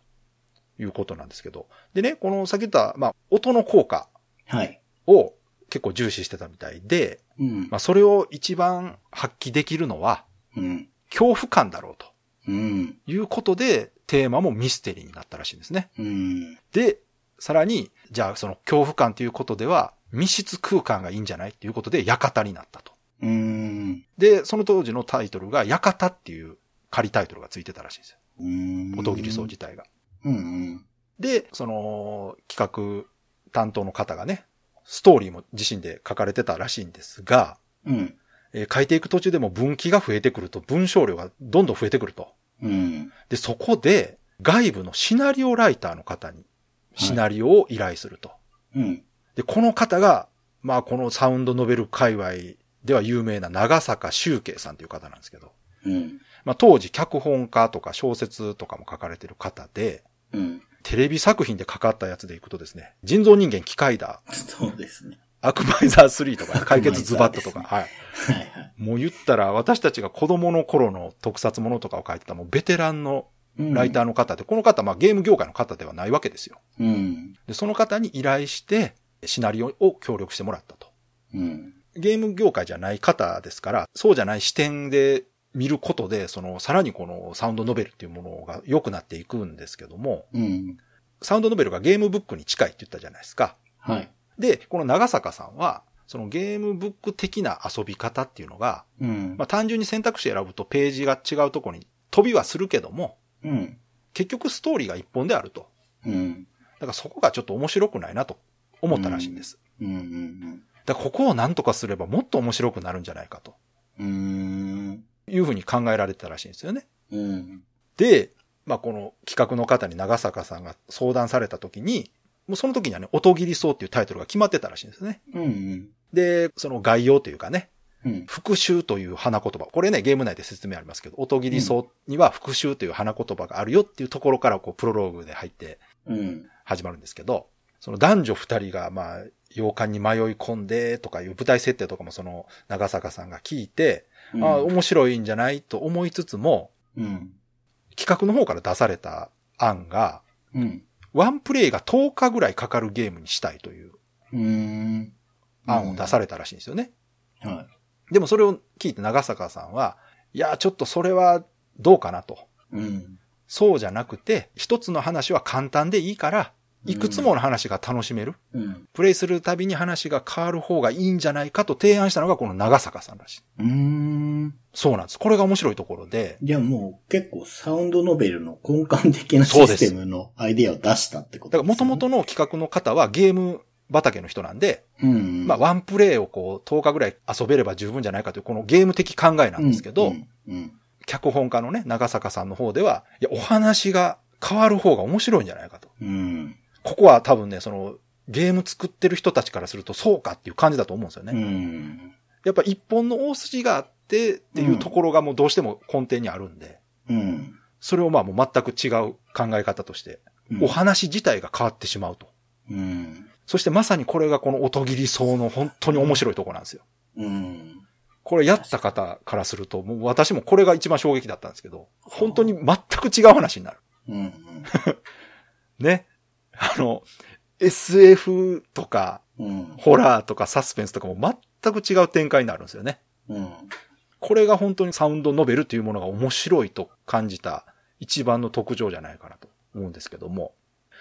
Speaker 2: いうことなんですけど。でね、この先言った、まあ音の効果
Speaker 3: はい。
Speaker 2: を結構重視してたみたいで、
Speaker 3: うん。
Speaker 2: まあそれを一番発揮できるのは
Speaker 3: うん。
Speaker 2: 恐怖感だろうと
Speaker 3: うん。
Speaker 2: いうことで、テーマもミステリーになったらしいんですね。
Speaker 3: うん。
Speaker 2: で、さらに、じゃあその恐怖感ということでは、密室空間がいいんじゃないっていうことで、館になったと。
Speaker 3: うん。
Speaker 2: で、その当時のタイトルが、館っていう仮タイトルがついてたらしいんですよ。
Speaker 3: うん。
Speaker 2: 音切り掃。自体が。
Speaker 3: うん。うん。
Speaker 2: で、その企画担当の方がね、ストーリーも自身で書かれてたらしいんですが、
Speaker 3: うん。
Speaker 2: えー書いていく途中でも分岐が増えてくると、文章量がどんどん増えてくると。
Speaker 3: うん。
Speaker 2: で、そこで、外部のシナリオライターの方に、シナリオを依頼すると。
Speaker 3: うん。
Speaker 2: で、この方が、まあ、このサウンドノベル界隈では有名な長坂修慶さんという方なんですけど、
Speaker 3: うん。
Speaker 2: まあ、当時脚本家とか小説とかも書かれてる方で、
Speaker 3: うん。
Speaker 2: テレビ作品でかかったやつでいくとですね、人造人間機械だ、
Speaker 3: そうですね。
Speaker 2: アクバイザー3とか、解決ズバットとか、
Speaker 3: ア ク
Speaker 2: はい。
Speaker 3: はいはい。
Speaker 2: もう言ったら、私たちが子供の頃の特撮ものとかを書いてた、もうベテランの
Speaker 3: うん
Speaker 2: ライターの方で、この方、まあ、ゲーム業界の方ではないわけですよ。
Speaker 3: うん。
Speaker 2: で、その方に依頼して、シナリオを協力してもらったと。
Speaker 3: うん。
Speaker 2: ゲーム業界じゃない方ですから、そうじゃない視点で見ることで、その、さらにこのサウンドノベルっていうものが良くなっていくんですけども、
Speaker 3: うん。
Speaker 2: サウンドノベルがゲームブックに近いって言ったじゃないですか。
Speaker 3: はい。
Speaker 2: で、この長坂さんは、そのゲームブック的な遊び方っていうのが、
Speaker 3: うん。
Speaker 2: まあ単純に選択肢選ぶとページが違うところに飛びはするけども、
Speaker 3: うん。
Speaker 2: 結局ストーリーが一本であると。
Speaker 3: うん。
Speaker 2: だからそこがちょっと面白くないなと思ったらしいんです。
Speaker 3: うん。うん。
Speaker 2: だからここを何とかすればもっと面白くなるんじゃないかと
Speaker 3: うん。
Speaker 2: いうふうに考えられてたらしいんですよね。
Speaker 3: うん。
Speaker 2: で、まあこの企画の方に長坂さんが相談された時に、もうその時にはね、音切りそうっていうタイトルが決まってたらしいんですね。
Speaker 3: うん。
Speaker 2: で、その概要というかね、
Speaker 3: うん。
Speaker 2: 復讐という花言葉。これね、ゲーム内で説明ありますけど、音切りそうには復讐という花言葉があるよっていうところからこうプロローグで入って
Speaker 3: うん。
Speaker 2: 始まるんですけど、その男女二人が、まあ、洋館に迷い込んでとかいう舞台設定とかもその長坂さんが聞いて、ああ、面白いんじゃないと思いつつも、
Speaker 3: うん。
Speaker 2: 企画の方から出された案が、
Speaker 3: うん。
Speaker 2: ワンプレイが10日ぐらいかかるゲームにしたいという
Speaker 3: うん。
Speaker 2: 案を出されたらしいんですよね。
Speaker 3: は
Speaker 2: でもそれを聞いて長坂さんは、いや、ちょっとそれはどうかなと。
Speaker 3: い。うん。
Speaker 2: そうじゃなくて、一つの話は簡単でいいから、いくつもの話が楽しめる。
Speaker 3: うん。
Speaker 2: プレイするたびに話が変わる方がいいんじゃないかと提案したのがこの長坂さんらしい。
Speaker 3: うん。
Speaker 2: そうなんです。これが面白いところで、
Speaker 3: じゃあもう結構サウンドノベルの根幹的なシステムのアイディアを出したってこと
Speaker 2: だから元々の企画の方はゲーム畑の人なんで、
Speaker 3: 々、うん。
Speaker 2: まあワンプレイをこう10日ぐらい遊べれば十分じゃないかというこのゲーム的考えなんですけど、
Speaker 3: うん。うん。
Speaker 2: 脚本家のね、長坂さんの方では、いや、お話が変わる方が面白いんじゃないかと。
Speaker 3: うん。
Speaker 2: ここは多分ね、その、ゲーム作ってる人たちからするとそうかっていう感じだと思うんですよね。
Speaker 3: うん。
Speaker 2: やっぱ一本の大筋があってっていうところがもうどうしても根底にあるんで、
Speaker 3: うん。
Speaker 2: それをまあもう全く違う考え方として、お話自体が変わってしまうと。
Speaker 3: うん。
Speaker 2: そしてまさにこれがこの音切り層の本当に面白いところなんですよ。
Speaker 3: うん。
Speaker 2: これやった方からすると、もう私もこれが一番衝撃だったんですけど、本当に全く違う話になる。
Speaker 3: うん。
Speaker 2: ね。あの、SF とか、
Speaker 3: うん。
Speaker 2: ホラーとかサスペンスとかも全く違う展開になるんですよね。
Speaker 3: うん。
Speaker 2: これが本当にサウンドノベルというものが面白いと感じた一番の特徴じゃないかなと思うんですけども。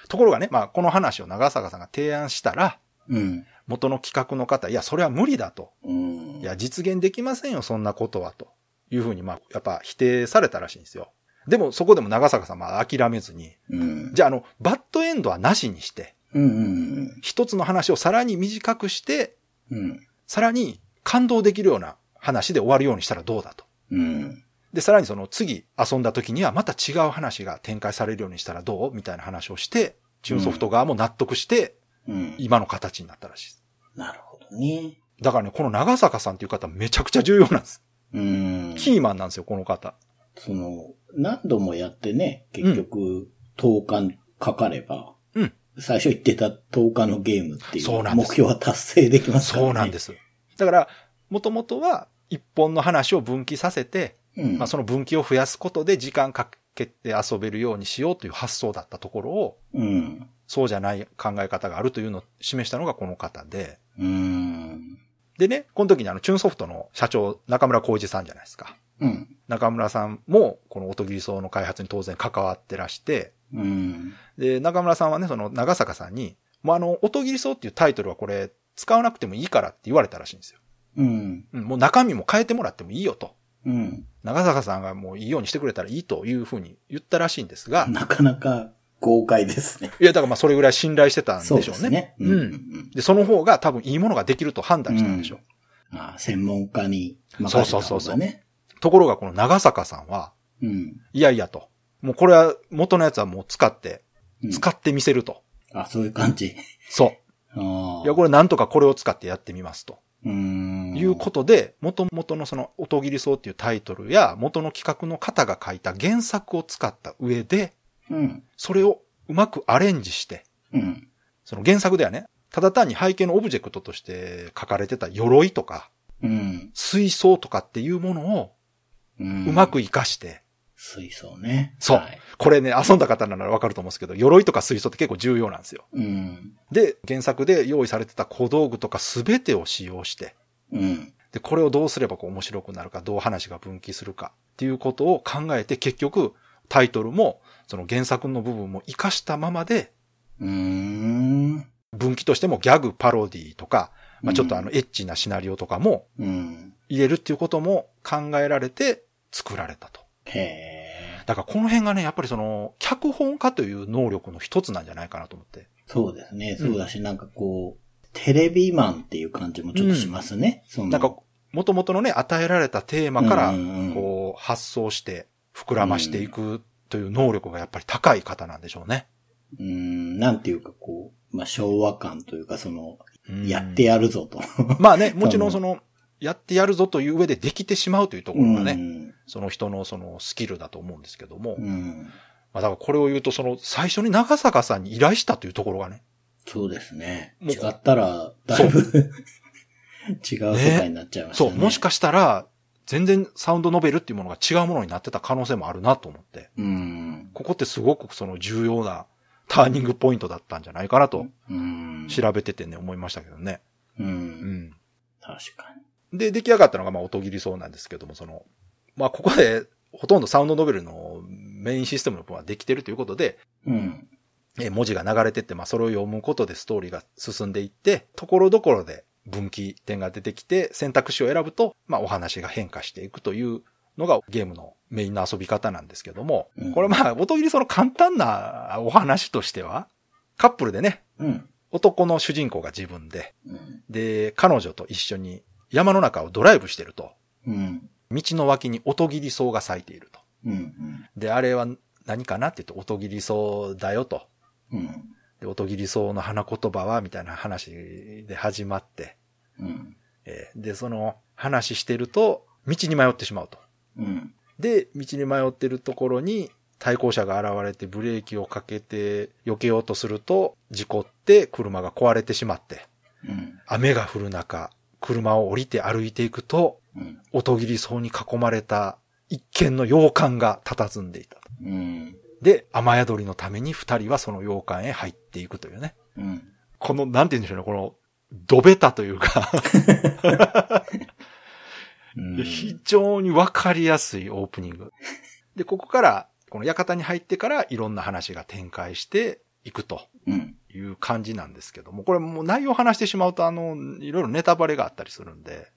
Speaker 2: ところがね、まあこの話を長坂さんが提案したら、
Speaker 3: うん。
Speaker 2: 元の企画の方、いや、それは無理だと。
Speaker 3: うん。
Speaker 2: いや、実現できませんよ、そんなことは、というふうに、まあ、やっぱ否定されたらしいんですよ。でも、そこでも長坂さんは諦めずに、
Speaker 3: うん。
Speaker 2: じゃあ、あの、バッドエンドはなしにして、
Speaker 3: うん。
Speaker 2: 一つの話をさらに短くして、
Speaker 3: うん。
Speaker 2: さらに感動できるような話で終わるようにしたらどうだと。
Speaker 3: うん。
Speaker 2: で、さらにその次遊んだ時にはまた違う話が展開されるようにしたらどうみたいな話をして、チューンソフト側も納得して、
Speaker 3: うん。
Speaker 2: 今の形になったらしいです。
Speaker 3: なるほどね。
Speaker 2: だからね、この長坂さんっていう方めちゃくちゃ重要なんです。
Speaker 3: うん。
Speaker 2: キーマンなんですよ、この方。
Speaker 3: その、何度もやってね、結局、10日かかれば、
Speaker 2: うん
Speaker 3: 最初言ってた10日のゲームってい
Speaker 2: そうな
Speaker 3: うん
Speaker 2: で
Speaker 3: 目
Speaker 2: す
Speaker 3: 標は達成できますからね。。
Speaker 2: そうなんですす。だから、もともとは一本の話を分岐させて、
Speaker 3: うん。
Speaker 2: まあその分岐を増やすことで時間かけて遊べるようにしようという発想だったところを、
Speaker 3: うん。
Speaker 2: そうじゃない考え方があるというのを示したのがこの方で、
Speaker 3: うん。
Speaker 2: でね、この時にあの、チューンソフトの社長、中村浩二さんじゃないですか。
Speaker 3: うん。
Speaker 2: 中村さんも、この音切り層の開発に当然関わってらして、
Speaker 3: うん。
Speaker 2: で、中村さんはね、その長坂さんに、もうあの、音切り層っていうタイトルはこれ、使わなくてもいいからって言われたらしいんですよ。
Speaker 3: うん。
Speaker 2: うん、もう中身も変えてもらってもいいよと。
Speaker 3: うん。
Speaker 2: 長坂さんがもういいようにしてくれたらいいというふうに言ったらしいんですが、
Speaker 3: なかなか豪快ですね。
Speaker 2: いや、だからまあそれぐらい信頼してたんでしょ
Speaker 3: そう
Speaker 2: ね。
Speaker 3: うですね。
Speaker 2: うん
Speaker 3: ん。
Speaker 2: で、その方が多分いいものができると判断したんでしょう。
Speaker 3: ああ専門家に任せた方がね。
Speaker 2: ところがこの長坂さんは、
Speaker 3: うん。
Speaker 2: いやいやと。もうこれは元のやつはもう使って、
Speaker 3: うん
Speaker 2: 使ってみせると。
Speaker 3: あ、そういう感じ。
Speaker 2: そ
Speaker 3: あ
Speaker 2: う。
Speaker 3: あ。
Speaker 2: いや、これなんとかこれを使ってやってみますと。
Speaker 3: うーん。
Speaker 2: いうことで、元々のその、音切りそうっていうタイトルや、元の企画の方が書いた原作を使った上で、
Speaker 3: うん。
Speaker 2: それをうまくアレンジして、
Speaker 3: うん。
Speaker 2: その原作ではね、ただ単に背景のオブジェクトとして書かれてた鎧とか、
Speaker 3: うん。
Speaker 2: 水槽とかっていうものを
Speaker 3: う
Speaker 2: うまく活かして、
Speaker 3: 水槽ね。
Speaker 2: そう
Speaker 3: はい
Speaker 2: これね、遊んだ方ならわかると思うんですけど、鎧とか水槽って結構重要なんですよ。
Speaker 3: うん。
Speaker 2: で、原作で用意されてた小道具とかすべてを使用して、
Speaker 3: うん。
Speaker 2: で、これをどうすればこう面白くなるか、どう話が分岐するかっていうことを考えて、結局、タイトルも、その原作の部分も活かしたままで、
Speaker 3: うーん。
Speaker 2: 分岐としてもギャグ、パロディとか、まあ、ちょっとあの、エッチなシナリオとかも
Speaker 3: うん。
Speaker 2: 入れるっていうことも考えられて作られたと。
Speaker 3: へえ。
Speaker 2: だからこの辺がね、やっぱりその、脚本家という能力の一つなんじゃないかなと思って。
Speaker 3: そうですね。そうだし、なんかこう、テレビマンっていう感じもちょっとしますね。その
Speaker 2: なんか、、元々のね、与えられたテーマから
Speaker 3: うんうんうん、
Speaker 2: こう、発想して、膨らましていくという能力がやっぱり高い方なんでしょうね。
Speaker 3: うーん、なんていうかこう、まあ、昭和感というか、その、
Speaker 2: うん
Speaker 3: やってやるぞと。
Speaker 2: まあね、もちろんその、やってやるぞという上でできてしまうというところがね、
Speaker 3: うん
Speaker 2: その人のそのスキルだと思うんですけども、
Speaker 3: う
Speaker 2: ま
Speaker 3: ん。
Speaker 2: あだからこれを言うと、その、最初に長坂さんに依頼したというところがね、
Speaker 3: そうですね。
Speaker 2: もう
Speaker 3: 違ったら、だいぶ、違う世界になっちゃいました
Speaker 2: そ
Speaker 3: ね。
Speaker 2: う、もしかしたら、全然サウンドノベルっていうものが違うものになってた可能性もあるなと思って、
Speaker 3: うん。
Speaker 2: ここってすごくその重要なターニングポイントだったんじゃないかなと、
Speaker 3: うん。
Speaker 2: 調べててね、思いましたけどね。
Speaker 3: う。
Speaker 2: うんん。
Speaker 3: 確かに。
Speaker 2: で、出来上がったのが、まあ、音切りそうなんですけども、その、まあ、ここで、ほとんどサウンドノベルのメインシステムの部分はできてるということで、
Speaker 3: うん。
Speaker 2: えー文字が流れてって、まあ、それを読むことでストーリーが進んでいって、ところどころで分岐点が出てきて、選択肢を選ぶと、まあ、お話が変化していくというのがゲームのメインの遊び方なんですけども、
Speaker 3: うん
Speaker 2: これまあ、音切りその簡単なお話としては、カップルでね、
Speaker 3: うん。
Speaker 2: 男の主人公が自分で、
Speaker 3: うん。
Speaker 2: で、彼女と一緒に山の中をドライブしてると、
Speaker 3: うん。
Speaker 2: 道の脇に音切り草が咲いていると。
Speaker 3: うん。
Speaker 2: で、あれは何かなって言うと、音切り草だよと。
Speaker 3: うん。
Speaker 2: で、音切り草の花言葉はみたいな話で始まって、
Speaker 3: うん。
Speaker 2: えーで、その話してると、道に迷ってしまうと。
Speaker 3: うん。
Speaker 2: で、道に迷ってるところに対向車が現れてブレーキをかけて避けようとすると、事故って車が壊れてしまって、
Speaker 3: うん。
Speaker 2: 雨が降る中、車を降りて歩いていくと、
Speaker 3: うん。
Speaker 2: 音切り草に囲まれた一軒の洋館が佇んでいた。
Speaker 3: うん。
Speaker 2: で、雨宿りのために二人はその洋館へ入っていくというね。
Speaker 3: うん。
Speaker 2: この、なんて言うんでしょうね、この、どべたというか、
Speaker 3: う ん。
Speaker 2: 非常にわかりやすいオープニング。で、ここから、この館に入ってからいろんな話が展開していくと
Speaker 3: うん。
Speaker 2: いう感じなんですけども、これもう内容を話してしまうと、あの、いろいろネタバレがあったりするんで、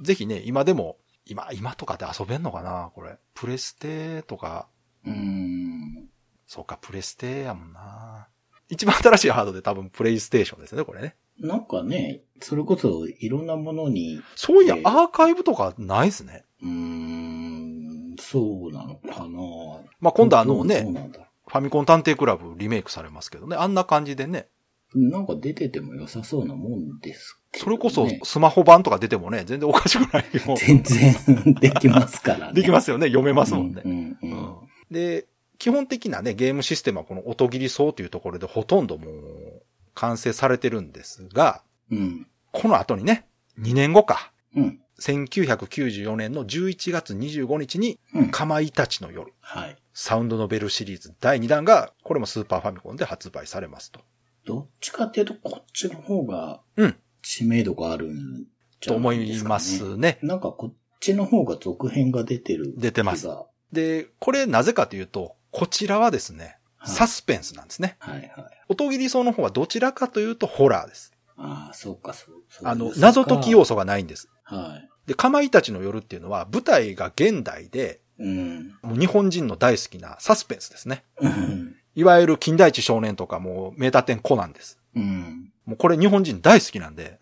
Speaker 2: ぜひね、今でも、今、今とかで遊べんのかなこれ。プレステとか、
Speaker 3: うん。
Speaker 2: そうか、プレステやもんな。一番新しいハードで多分プレイステーションですよね、これね。
Speaker 3: なんかね、それこそいろんなものに、
Speaker 2: そういや
Speaker 3: え、え
Speaker 2: アーカイブとかないですね。
Speaker 3: うーん、そうなのかな
Speaker 2: まあ、今度あの
Speaker 3: どう
Speaker 2: ね、
Speaker 3: なんだ
Speaker 2: ファミコン探偵クラブリメイクされますけどね、あんな感じでね、
Speaker 3: なんか出てても良さそうなもんですけど、
Speaker 2: それこそ
Speaker 3: ね
Speaker 2: スマホ版とか出てもね、全然おかしくない よ。
Speaker 3: 全然できますからね。
Speaker 2: でき
Speaker 3: す。
Speaker 2: ますよね、読めますもんね
Speaker 3: う。ん、う
Speaker 2: うんん、で、基本的なね、ゲームシステムはこの音切り層というところでほとんどもう完成されてるんですが、
Speaker 3: うん。
Speaker 2: この後にね、2年後か、
Speaker 3: うん。
Speaker 2: 1994年の11月25日に
Speaker 3: うん。
Speaker 2: かまいたちの夜、
Speaker 3: はい。
Speaker 2: サウンドノベルシリーズ第2弾が、これもスーパーファミコンで発売されますと。
Speaker 3: どっちかっていうと、こっちの方が
Speaker 2: うん、
Speaker 3: 知名度があるんじ
Speaker 2: と
Speaker 3: ゃな
Speaker 2: 思
Speaker 3: いで
Speaker 2: い
Speaker 3: すか、ね。
Speaker 2: ます。ね。
Speaker 3: なんかこっちの方が続編が出てる。
Speaker 2: 出てます
Speaker 3: 気が
Speaker 2: で、これなぜかというと、こちらはですね、
Speaker 3: はい
Speaker 2: サスペンスなんですね。
Speaker 3: はいはい。
Speaker 2: 音切り層の方はどちらかというとホラーです。
Speaker 3: ああ、そうか、そう。そう
Speaker 2: あの
Speaker 3: で、すか
Speaker 2: 謎解き要素がないんです。
Speaker 3: は
Speaker 2: で、かまいたちの夜っていうのは舞台が現代で、
Speaker 3: い。うん。
Speaker 2: もう日本人の大好きなサスペンスですね。
Speaker 3: うん。
Speaker 2: いわゆる近代一少年とかもう名探偵コナンです。
Speaker 3: うん。
Speaker 2: もうこれ日本人大好きなんで、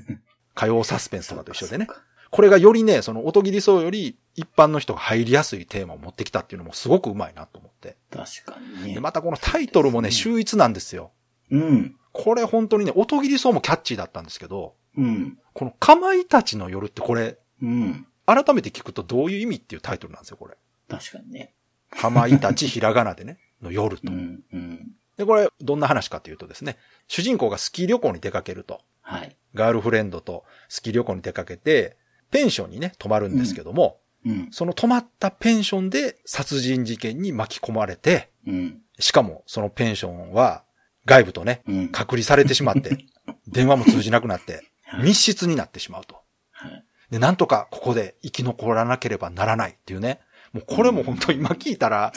Speaker 2: 火曜サスペンスとかと一緒でね
Speaker 3: そ。うか。
Speaker 2: これがよりね、その音切り層より一般の人が入りやすいテーマを持ってきたっていうのもすごくうまいなと思って。
Speaker 3: そうか確かにね。
Speaker 2: で、またこのタイトルもね、
Speaker 3: そう
Speaker 2: 秀逸なんですよ。
Speaker 3: うん。
Speaker 2: これ本当にね、音切り層もキャッチーだったんですけど、
Speaker 3: うん。
Speaker 2: このかまいたちの夜ってこれ、
Speaker 3: うん。
Speaker 2: 改めて聞くとどういう意味っていうタイトルなんですよ、これ。
Speaker 3: 確かにね。
Speaker 2: かまいたちひらがなでね、 の夜
Speaker 3: う
Speaker 2: と。
Speaker 3: ん。うん。
Speaker 2: で、これ、どんな話かというとですね、主人公がスキー旅行に出かけると。
Speaker 3: はい。
Speaker 2: ガールフレンドとスキー旅行に出かけて、ペンションにね、泊まるんですけども、
Speaker 3: うん。
Speaker 2: その泊まったペンションで殺人事件に巻き込まれて、
Speaker 3: うん。
Speaker 2: しかもそのペンションは外部とね、
Speaker 3: うん。
Speaker 2: 隔離されてしまって、電話も通じなくなって、
Speaker 3: はい
Speaker 2: 密室になってしまうと。
Speaker 3: はい。
Speaker 2: で、なんとかここで生き残らなければならないっていうね。もうこれも本当今聞いたら、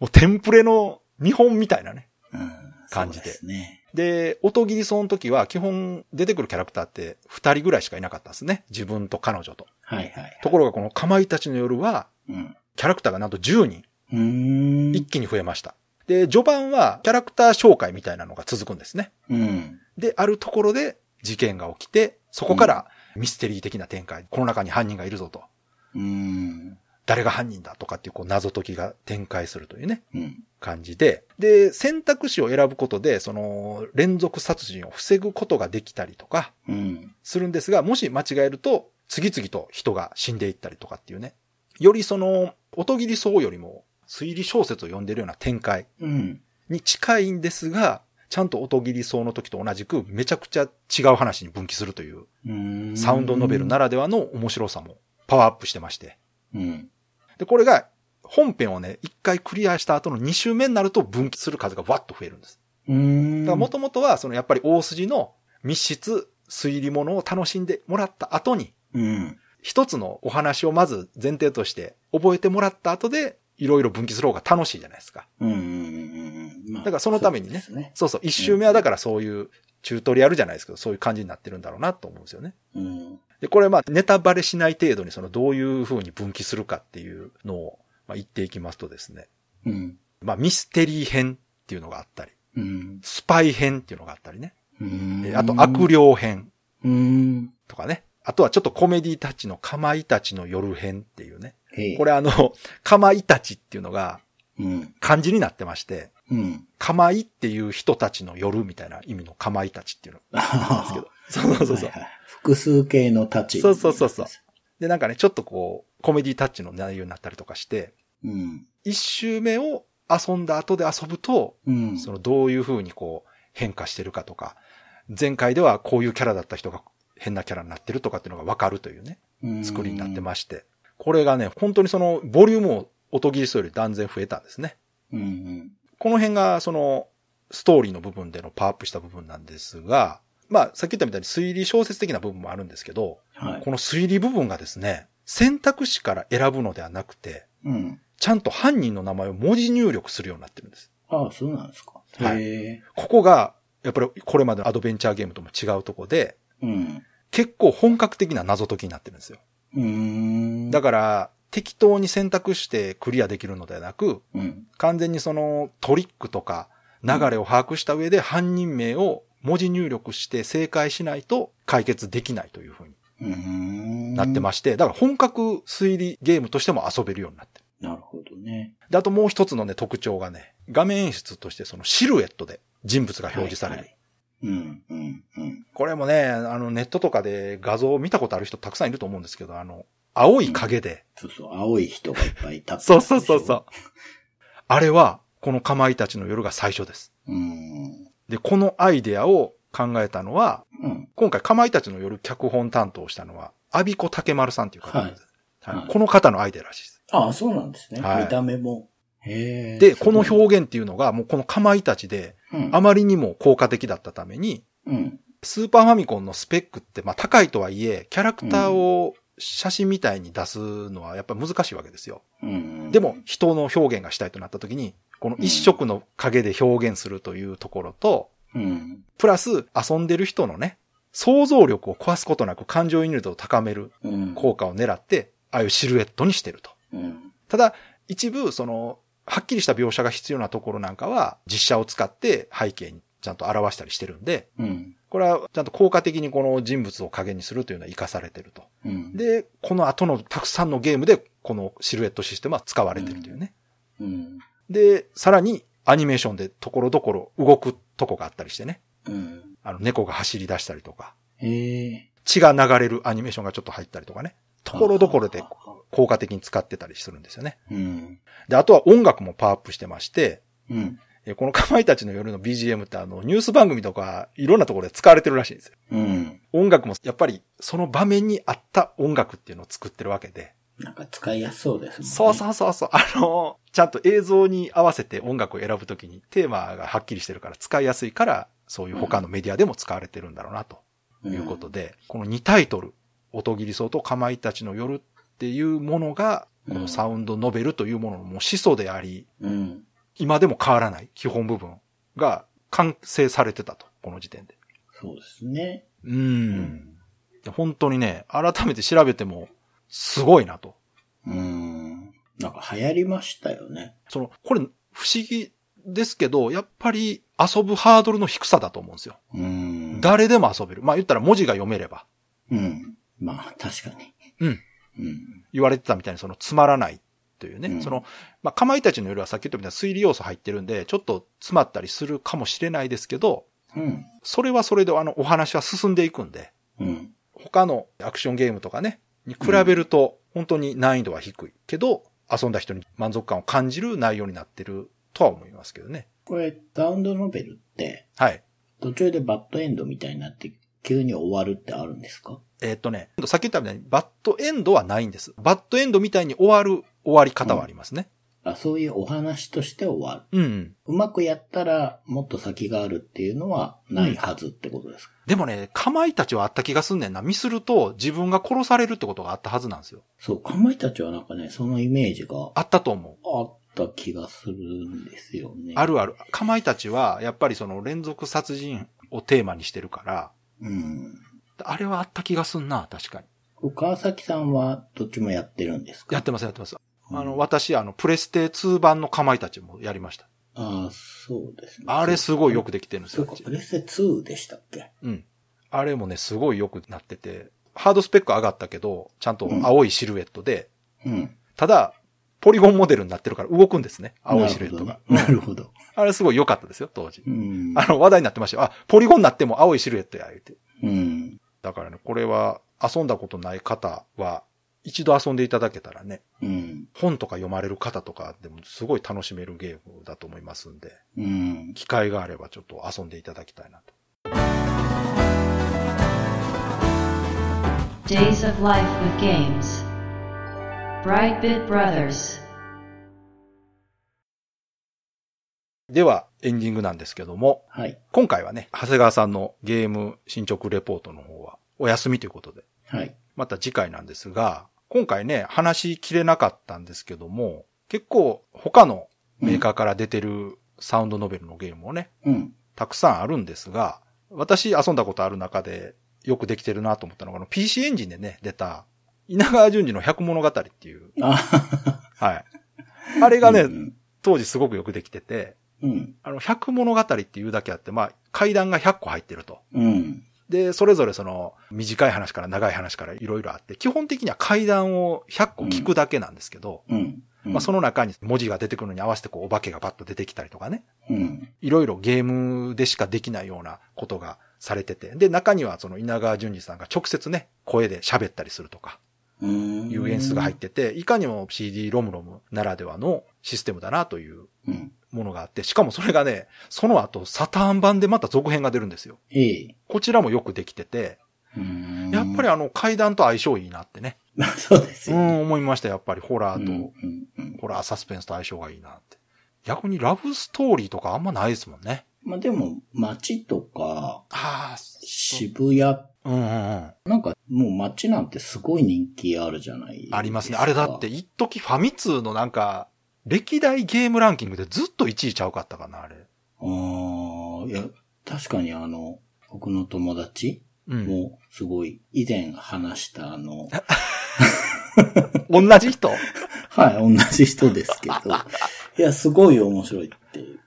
Speaker 2: もうテンプレの見本みたいなね。
Speaker 3: うん。
Speaker 2: 感じて
Speaker 3: そうですね。
Speaker 2: で、音切りその時は基本出てくるキャラクターって二人ぐらいしかいなかったんですね。自分と彼女と。
Speaker 3: はいはい。
Speaker 2: ところがこのかまいたちの夜は、
Speaker 3: うん。
Speaker 2: キャラクターがなんと10人
Speaker 3: うー
Speaker 2: 一
Speaker 3: ん。
Speaker 2: 気に増えました。で、序盤はキャラクター紹介みたいなのが続くんですね。
Speaker 3: うん。
Speaker 2: で、あるところで事件が起きて、そこからミステリー的な展開、この中に犯人がいるぞと、
Speaker 3: うん。
Speaker 2: 誰が犯人だとかっていうこう謎解きが展開するというね、
Speaker 3: うん。
Speaker 2: 感じで、で、選択肢を選ぶことで、その連続殺人を防ぐことができたりとか
Speaker 3: うん。
Speaker 2: するんですが、もし間違えると、次々と人が死んでいったりとかっていうね、よりその、音切り層よりも推理小説を読んでるような展開
Speaker 3: うん。
Speaker 2: に近いんですが、ちゃんと音切り層の時と同じくめちゃくちゃ違う話に分岐するという
Speaker 3: うん。
Speaker 2: サウンドノベルならではの面白さもパワーアップしてまして。
Speaker 3: うん。
Speaker 2: で、これが本編をね、一回クリアした後の2周目になると分岐する数がわっと増えるんです。
Speaker 3: う
Speaker 2: だ
Speaker 3: ん。
Speaker 2: から元々はそのやっぱり大筋の密室、推理物を楽しんでもらった後に、
Speaker 3: うん。
Speaker 2: 一つのお話をまず前提として覚えてもらった後で、いろいろ分岐する方が楽しいじゃないですか。
Speaker 3: うんうんうんうん。まあ
Speaker 2: だからそのためにね
Speaker 3: そうですね。
Speaker 2: そうそう、一周目はだからそういうチュートリアルじゃないですけど、そういう感じになってるんだろうなと思うんですよね。
Speaker 3: うん。
Speaker 2: で、これまあネタバレしない程度にそのどういう風に分岐するかっていうのをまあ言っていきますとですね。
Speaker 3: うん。
Speaker 2: まあミステリー編っていうのがあったり、
Speaker 3: うん。
Speaker 2: スパイ編っていうのがあったりね。
Speaker 3: うん
Speaker 2: であと悪。霊編
Speaker 3: うん。
Speaker 2: とかね。あとはちょっとコメディたちのかまいたちの夜編っていうね。
Speaker 3: へえ
Speaker 2: これあの、かまいたちっていうのが
Speaker 3: うん。
Speaker 2: 漢字になってまして、
Speaker 3: うん。
Speaker 2: かまいっていう人たちの夜みたいな意味のかまいたちっていうの
Speaker 3: あ
Speaker 2: なん
Speaker 3: は
Speaker 2: ですけど
Speaker 3: は。
Speaker 2: そうそうそうそう
Speaker 3: はい。はい複数形の立ち。
Speaker 2: そうそうそうそう。で、なんかね、ちょっとこう、コメディタッチの内容になったりとかして、
Speaker 3: うん。
Speaker 2: 一周目を遊んだ後で遊ぶと、
Speaker 3: うん。
Speaker 2: そのどういう風にこう変化してるかとか、前回ではこういうキャラだった人が変なキャラになってるとかっていうのがわかるというね、
Speaker 3: うん
Speaker 2: 作りになってまして。これがね、本当にそのボリュームを音切り数より断然増えたんですね。
Speaker 3: うん
Speaker 2: この辺がそのストーリーの部分でのパワーアップした部分なんですが、まあさっき言ったみたいに推理小説的な部分もあるんですけど、
Speaker 3: うん。はい。
Speaker 2: この推理部分がですね、選択肢から選ぶのではなくて、
Speaker 3: うん。
Speaker 2: ちゃんと犯人の名前を文字入力するようになってるんです。
Speaker 3: ああ、そうなんですか。
Speaker 2: はい
Speaker 3: へえ。
Speaker 2: ここが、やっぱりこれまでのアドベンチャーゲームとも違うとこで、
Speaker 3: うん。
Speaker 2: 結構本格的な謎解きになってるんですよ。
Speaker 3: うーん。
Speaker 2: だから、適当に選択してクリアできるのではなく、
Speaker 3: うん。
Speaker 2: 完全にそのトリックとか流れを把握した上で犯人名を文字入力して正解しないと解決できないというふうに
Speaker 3: うーん。
Speaker 2: なってまして、だから本格推理ゲームとしても遊べるようになってる。
Speaker 3: なるほどね。
Speaker 2: で、あともう一つのね、特徴がね、画面演出としてそのシルエットで人物が表示される
Speaker 3: は。いはい。うん、うん、うん。
Speaker 2: これもね、あの、ネットとかで画像を見たことある人たくさんいると思うんですけど、あの、青い影で。
Speaker 3: そうそう、青い人がいっぱい立ってるでし
Speaker 2: う。
Speaker 3: ょ。
Speaker 2: あれは、このかまいたちの夜が最初です。
Speaker 3: う。うん。
Speaker 2: で、このアイデアを考えたのは、
Speaker 3: うん。
Speaker 2: 今回かまいたちの夜脚本担当したのは、アビコ竹丸さんっていう方なんです、
Speaker 3: はいはい
Speaker 2: この方のアイデアらしいです。
Speaker 3: ああ、そうなんですね。
Speaker 2: はい
Speaker 3: 見た目も。へえ。
Speaker 2: で、この
Speaker 3: すごい、
Speaker 2: 表現っていうのが、もうこのかまいたちで、
Speaker 3: うん、
Speaker 2: あまりにも効果的だったために、
Speaker 3: うん。
Speaker 2: スーパーファミコンのスペックって、まあ高いとはいえ、キャラクターを写真みたいに出すのはやっぱり難しいわけですよ。
Speaker 3: うん。
Speaker 2: でも、人の表現がしたいとなった時に、この一色の影で表現するというところと、
Speaker 3: うん。
Speaker 2: プラス遊んでる人のね、想像力を壊すことなく感情移入度を高める
Speaker 3: うん。
Speaker 2: 効果を狙って、ああいうシルエットにしてると。
Speaker 3: うん。
Speaker 2: ただ、一部、その、はっきりした描写が必要なところなんかは、実写を使って背景にちゃんと表したりしてるんで、
Speaker 3: うん。
Speaker 2: これはちゃんと効果的にこの人物を影にするというのは活かされてると。
Speaker 3: うん。
Speaker 2: で、この後のたくさんのゲームでこのシルエットシステムは使われてるというね。
Speaker 3: うん。
Speaker 2: で、さらにアニメーションでところどころ動くとこがあったりしてね。
Speaker 3: うん。
Speaker 2: あの猫が走り出したりとか、
Speaker 3: へえ。
Speaker 2: 血が流れるアニメーションがちょっと入ったりとかね。ところどころで
Speaker 3: はははは
Speaker 2: 効果的に使ってたりするんですよね。
Speaker 3: うん。
Speaker 2: で、あとは音楽もパワーアップしてまして、
Speaker 3: うん。
Speaker 2: えこのかまいたちの夜の BGM ってあのニュース番組とかいろんなところで使われてるらしいんですよ。
Speaker 3: うん。
Speaker 2: 音楽もやっぱりその場面に合った音楽っていうのを作ってるわけで。
Speaker 3: なんか使いやすそうですもんね。
Speaker 2: そうそうそうそう。あの、ちゃんと映像に合わせて音楽を選ぶときにテーマがはっきりしてるから使いやすいから、そういう他のメディアでも使われてるんだろうなと
Speaker 3: う
Speaker 2: いうことで、この2タイトル、音切り草とかまいたちの夜っていうものが、こ
Speaker 3: う
Speaker 2: の
Speaker 3: ん
Speaker 2: サウンドノベルというもののもう始祖であり、
Speaker 3: うん。
Speaker 2: 今でも変わらない基本部分が完成されてたと、この時点で。
Speaker 3: そうですね。
Speaker 2: う。。
Speaker 3: うん
Speaker 2: 本当にね、改めて調べても、すごいなと。
Speaker 3: うん。なんか流行りましたよね。
Speaker 2: その、これ不思議ですけど、やっぱり遊ぶハードルの低さだと思うんですよ。
Speaker 3: うん。
Speaker 2: 誰でも遊べる。まあ言ったら文字が読めれば。
Speaker 3: うん。まあ、確かに。
Speaker 2: うん。
Speaker 3: うん。
Speaker 2: 言われてたみたいにそのつまらないというね、
Speaker 3: うん
Speaker 2: その、まあ、かまいたちの夜はさっき言ったみたいな推理要素入ってるんで、ちょっと詰まったりするかもしれないですけど、
Speaker 3: うん。
Speaker 2: それはそれであのお話は進んでいくんで、
Speaker 3: うん。
Speaker 2: 他のアクションゲームとかね、に比べると本当に難易度は低いけど、遊んだ人に満足感を感じる内容になってるとは思いますけどね。
Speaker 3: これ、ダウンドノベルって、
Speaker 2: はい。
Speaker 3: 途中でバッドエンドみたいになって、急に終わるってあるんですか
Speaker 2: えーっとね、さっき言ったみたいにバッドエンドはないんです。バッドエンドみたいに終わる終わり方はありますね。
Speaker 3: あ、そういうお話として終わる。
Speaker 2: うん、うん。
Speaker 3: うまくやったら、もっと先があるっていうのはないはずってことですか、
Speaker 2: でもね、かまいたちはあった気がすんねんな。ミスると自分が殺されるってことがあったはずなんですよ。
Speaker 3: そう、かまいたちはなんかね、そのイメージが
Speaker 2: あったと思う。
Speaker 3: あった気がするんですよね。
Speaker 2: あるある。かまいたちは、やっぱりその連続殺人をテーマにしてるから、
Speaker 3: うん。
Speaker 2: あれはあった気がすんな、確かに。
Speaker 3: 川崎さんはどっちもやってるんですか
Speaker 2: やってます、やってます。
Speaker 3: うん
Speaker 2: あの、私、あの、プレステ2版のかまいたちもやりました。
Speaker 3: ああ、そうですね。
Speaker 2: あれすごいよくできてるんです
Speaker 3: そう
Speaker 2: よ
Speaker 3: か、。
Speaker 2: 私
Speaker 3: プレステ2でしたっけ
Speaker 2: うん。あれもね、すごいよくなってて、ハードスペック上がったけど、ちゃんと青いシルエットで、
Speaker 3: うん。
Speaker 2: ただ、ポリゴンモデルになってるから動くんですね。青いシルエットが。
Speaker 3: なるほど。
Speaker 2: あれすごい良かったですよ、当時
Speaker 3: う。ん。
Speaker 2: あの、話題になってましたよ。あ、ポリゴンになっても青いシルエットや、言うて。
Speaker 3: うん。
Speaker 2: だからね、これは遊んだことない方は、一度遊んでいただけたらね、
Speaker 3: うん。
Speaker 2: 本とか読まれる方とかでもすごい楽しめるゲームだと思いますんで、
Speaker 3: うん。
Speaker 2: 機会があればちょっと遊んでいただきたいなと。
Speaker 1: Days of Life with Games. Brightbit Brothers.
Speaker 2: では、エンディングなんですけども、
Speaker 3: はい。
Speaker 2: 今回はね、長谷川さんのゲーム進捗レポートの方はお休みということで、
Speaker 3: はい。
Speaker 2: また次回なんですが、今回ね、話しきれなかったんですけども、結構他のメーカーから出てるサウンドノベルのゲームをね、
Speaker 3: うん。
Speaker 2: たくさんあるんですが、私遊んだことある中でよくできてるなと思ったのが、あの PC エンジンでね、出た、稲川淳二の百物語っていう、
Speaker 3: あ
Speaker 2: はい。あれがね、
Speaker 3: うん
Speaker 2: 当時すごくよくできてて、
Speaker 3: うん。
Speaker 2: あの、百物語っていうだけあって、まあ、階段が100個入ってると。
Speaker 3: うん。
Speaker 2: で、それぞれその、短い話から長い話からいろいろあって、基本的には階段を100個聞くだけなんですけど、
Speaker 3: うん。
Speaker 2: まあ、その中に文字が出てくるのに合わせてこう、お化けがバッと出てきたりとかね。
Speaker 3: うん。
Speaker 2: いろいろゲームでしかできないようなことがされてて、で、中にはその稲川淳二さんが直接ね、声で喋ったりするとか、
Speaker 3: うん。
Speaker 2: いう演出が入ってて、いかにも CD ロムロムならではのシステムだなという
Speaker 3: うん。
Speaker 2: ものがあって、しかもそれがね、その後サターン版でまた続編が出るんですよ。
Speaker 3: ええ。
Speaker 2: こちらもよくできてて、
Speaker 3: うん
Speaker 2: やっぱり、あの階段と相性いいなってね、
Speaker 3: まあ そうです
Speaker 2: う
Speaker 3: よね。
Speaker 2: ん、思いました、やっぱりホラーと、
Speaker 3: うんうん
Speaker 2: ホラーサスペンスと相性がいいなって。逆にラブストーリーとかあんまないですもんね。
Speaker 3: まあでも、街とか、
Speaker 2: ああ、
Speaker 3: 渋谷、
Speaker 2: うんうんうん。
Speaker 3: なんかもう街なんてすごい人気あるじゃないですか。
Speaker 2: ありますね。あれだって、。一時ファミ通のなんか、歴代ゲームランキングでずっと1位ちゃうかったかな、あれ。
Speaker 3: ああ、いや、確かにあの、僕の友達
Speaker 2: うん。
Speaker 3: もすごい、以前話したあの、
Speaker 2: 同じ人
Speaker 3: はい、同じ人です けど、いや、すごい面白いって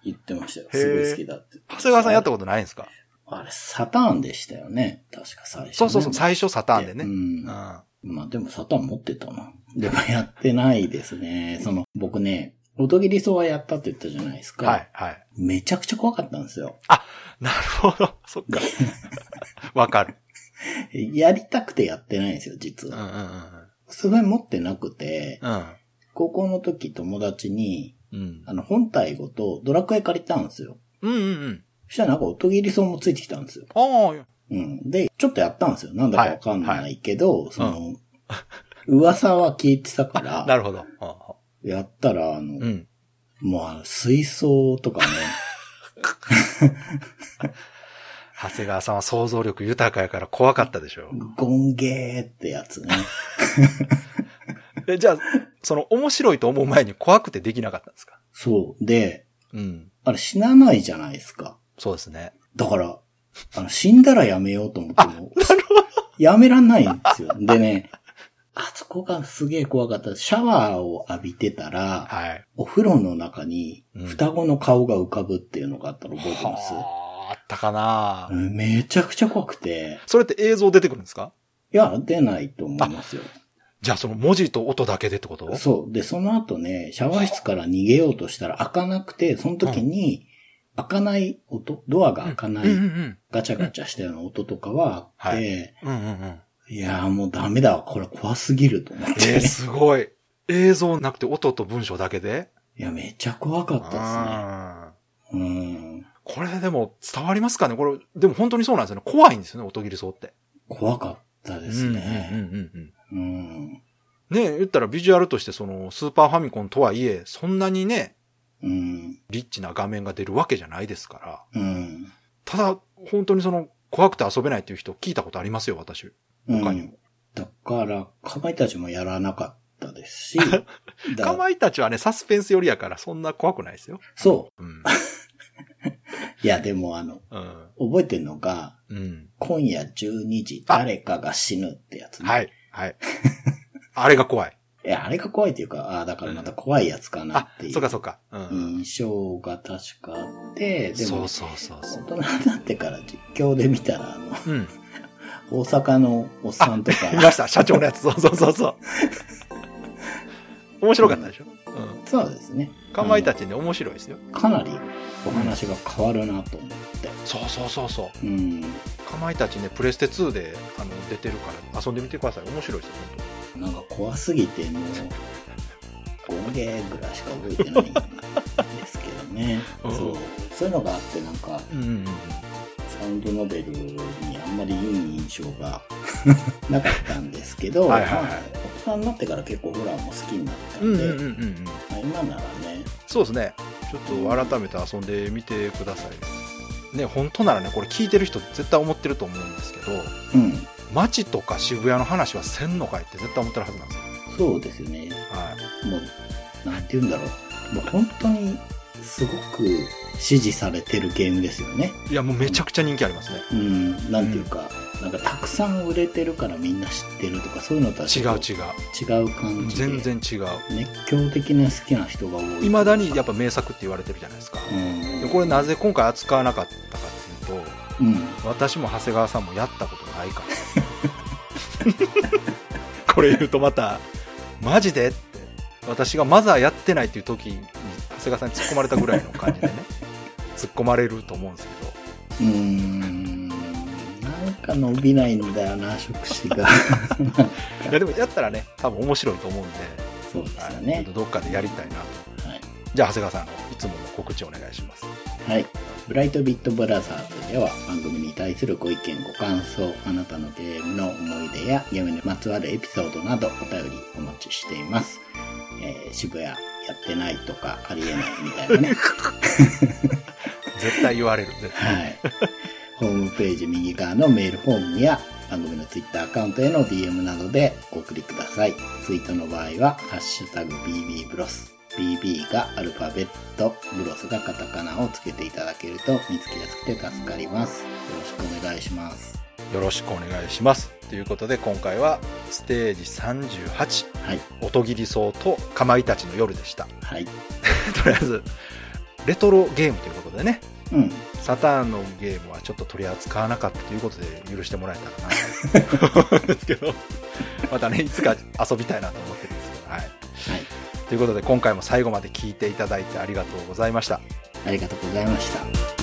Speaker 3: 言ってましたよ。
Speaker 2: へー
Speaker 3: すごい好きだって。
Speaker 2: 長谷川さんやったことないんですか
Speaker 3: あれ、サターンでしたよね。確か最初、ね。
Speaker 2: そうそうそう、最初サターンで
Speaker 3: う。
Speaker 2: ね。うんん。
Speaker 3: まあでもサターン持ってたな。でもやってないですね。その、僕ね、音切りそはやったって言ったじゃないですか。
Speaker 2: はい、はい。
Speaker 3: めちゃくちゃ怖かったんですよ。
Speaker 2: なるほど。 そっか。わかる。
Speaker 3: やりたくてやってないんですよ、実
Speaker 2: うん
Speaker 3: は。
Speaker 2: うんうん
Speaker 3: すごい持ってなくて、
Speaker 2: うん。
Speaker 3: 高校の時友達に、
Speaker 2: うん。
Speaker 3: あの、本体ごとドラクエ借りたんですよ。
Speaker 2: うんうんうん。
Speaker 3: そしたらなんか音切りそうもついてきたんですよ。
Speaker 2: ああ、
Speaker 3: うん。で、ちょっとやったんですよ。なんだかわか
Speaker 2: は
Speaker 3: ん
Speaker 2: い
Speaker 3: な
Speaker 2: はい
Speaker 3: けど、その、噂は聞いてたか
Speaker 2: な
Speaker 3: ら、
Speaker 2: るほど。う
Speaker 3: やったら、あの、
Speaker 2: んうん。
Speaker 3: もうあの、水槽とかね、
Speaker 2: 長谷川さんは想像力豊かやから怖かったでしょ。
Speaker 3: ゴンゲーってやつね。
Speaker 2: えじゃあ、その面白いと思う前に怖くてできなかったんですか
Speaker 3: そう。で、
Speaker 2: うん。
Speaker 3: あれ死なないじゃないですか。
Speaker 2: そうですね。
Speaker 3: だから、あの、死んだらやめようと思っても、やめらんないんですよ。でね、あそこがすげえ怖かった。シャワーを浴びてたら、
Speaker 2: はい。
Speaker 3: お風呂の中に
Speaker 2: うん
Speaker 3: 双子の顔が浮かぶっていうのがあったの覚えてます。
Speaker 2: はあ、あったかな、
Speaker 3: うんめちゃくちゃ怖くて、
Speaker 2: それって映像出てくるんですか
Speaker 3: いや、出ないと思いますよ。
Speaker 2: じゃあその文字と音だけでってこと
Speaker 3: そう。で、その後ね、シャワー室から逃げようとしたら開かなくて、その時に、開かない音、ドアが開かない、
Speaker 2: うんうん
Speaker 3: ガチャガチャしたような音とかはあって、
Speaker 2: はい
Speaker 3: い、
Speaker 2: うん。うんうんうん。
Speaker 3: やーもうダメだわ、これ怖すぎると思っ
Speaker 2: えー、
Speaker 3: て。
Speaker 2: すごい。映像なくて音と文章だけで
Speaker 3: いや、めっちゃ怖かった
Speaker 2: あー
Speaker 3: ですね。うん。
Speaker 2: これでも伝わりますかねこれ、でも本当にそうなんですよね。怖いんですよね、音切りそうって。
Speaker 3: 怖かったです
Speaker 2: うんう
Speaker 3: ね。
Speaker 2: んうんうん。
Speaker 3: うん。
Speaker 2: ねえ、言ったらビジュアルとしてそのスーパーファミコンとはいえ、そんなにね、
Speaker 3: うん。
Speaker 2: リッチな画面が出るわけじゃないですから。
Speaker 3: うん。
Speaker 2: ただ、本当にその、怖くて遊べないっていう人聞いたことありますよ、私。
Speaker 3: うん
Speaker 2: 他にも。
Speaker 3: だから、かまいたちもやらなかったですし、だ
Speaker 2: かまいたちはね、サスペンス寄りやから、そんな怖くないですよ。
Speaker 3: そ
Speaker 2: うん。
Speaker 3: う。いや、でもあの、
Speaker 2: うん。
Speaker 3: 覚えてんのが、
Speaker 2: うん。
Speaker 3: 今夜12時、誰かが死ぬってやつね。
Speaker 2: はい。 はい。あれが怖い。
Speaker 3: いや、あれが怖いっていうか、ああ、だからまた怖いやつかな
Speaker 2: あ
Speaker 3: ってい、う
Speaker 2: そっかそっか。うん。
Speaker 3: 印象が確かあって、で
Speaker 2: そ
Speaker 3: も
Speaker 2: う、そうそう
Speaker 3: 大
Speaker 2: そ
Speaker 3: 人になってから実況で見たら、あの、
Speaker 2: う。うん。
Speaker 3: 大阪のおっさんと か、
Speaker 2: 見ました、社長のやつ。そうそうそう そう。面白かったでしょ。う
Speaker 3: そうですね。
Speaker 2: ん。かまいたちね、面白いですよ。
Speaker 3: かなりお話が変わるなと思って。
Speaker 2: そうそうそうそう。
Speaker 3: うん。
Speaker 2: かまいたちね、プレステ2であの出てるから遊んでみてください。面白いですよ、本
Speaker 3: なんか怖すぎて、もう、5ゲーぐらいしか覚えてないんですけどね。
Speaker 2: うん
Speaker 3: そう。そういうのがあって、なんか、
Speaker 2: 当。うんうんうん。
Speaker 3: サウンドノベルにあんまりいい印象 がなかったんですけど、
Speaker 2: はいはいはい
Speaker 3: まあ大人になってから結構ホラーも好きになった
Speaker 2: うん
Speaker 3: ん
Speaker 2: う
Speaker 3: で、
Speaker 2: んうんうんうん。
Speaker 3: まあ今ならね、
Speaker 2: そうですね。ちょっと改めて遊んでみてください。ね、本当ならね、これ聞いてる人絶対思ってると思うんですけど、
Speaker 3: うん、
Speaker 2: 街とか渋谷の話はせんのかいって絶対思ってるはずなんですよ。
Speaker 3: そうですよね、
Speaker 2: はい。
Speaker 3: もう、なんて言うんだろう、もう本当にすごく支持されてるゲームですよね。
Speaker 2: いや、もうめちゃくちゃ人気ありますね。
Speaker 3: うん、なんていうか、なんかたくさん売れてるからみんな知ってるとか、そういうのとは
Speaker 2: 違
Speaker 3: ちょっと
Speaker 2: う
Speaker 3: 違う感
Speaker 2: 違う。
Speaker 3: じで、
Speaker 2: 全然違う。
Speaker 3: 熱狂的な好きな人が多い。
Speaker 2: いまだにやっぱ名作って言われてるじゃないですか。
Speaker 3: うん、
Speaker 2: でこれなぜ今回扱わなかったかっていうと、
Speaker 3: うん、
Speaker 2: 私も長谷川さんもやったことないから これ言うとまたマジでって私がマザーやってないっていう時に長谷川さんに突っ込まれたぐらいの感じ でね突っ込まれると思うんですけど
Speaker 3: うーんなんか伸びないんだよな、触手 が。
Speaker 2: いやでもやったらね多分面白いと思うんで
Speaker 3: そうですよ
Speaker 2: はい
Speaker 3: ね
Speaker 2: ちょっ。とどっかでやりたいなと
Speaker 3: はい。
Speaker 2: じゃあ長谷川さんあのいつもの告知お願いします
Speaker 3: はい。ブライトビットブラザーズでは番組に対するご意見、ご感想、あなたのゲームの思い出やゲームにまつわるエピソードなどお便りお待ちしています。えー渋谷やってないとかありえないみたいなね。
Speaker 2: 絶対言われる絶対
Speaker 3: はい。ホームページ右側のメールフォームや番組のツイッターアカウントへの DM などでお送りください。ツイートの場合は、ハッシュタグ BB ブロス。BB がアルファベット、ブロスがカタカナをつけていただけると見つけやすくて助かります。よろしくお願いします。
Speaker 2: よろしくお願いしますということで今回はステージ38
Speaker 3: はい。
Speaker 2: 音切り草とかまいたちの夜でした
Speaker 3: はい。
Speaker 2: とりあえずレトロゲームということでね
Speaker 3: うん。
Speaker 2: サターンのゲームはちょっと取り扱わなかったということで許してもらえたらなですけどまたねいつか遊びたいなと思ってるんですけど、はい、
Speaker 3: はい。
Speaker 2: ということで今回も最後まで聞いていただいてありがとうございました
Speaker 3: ありがとうございました。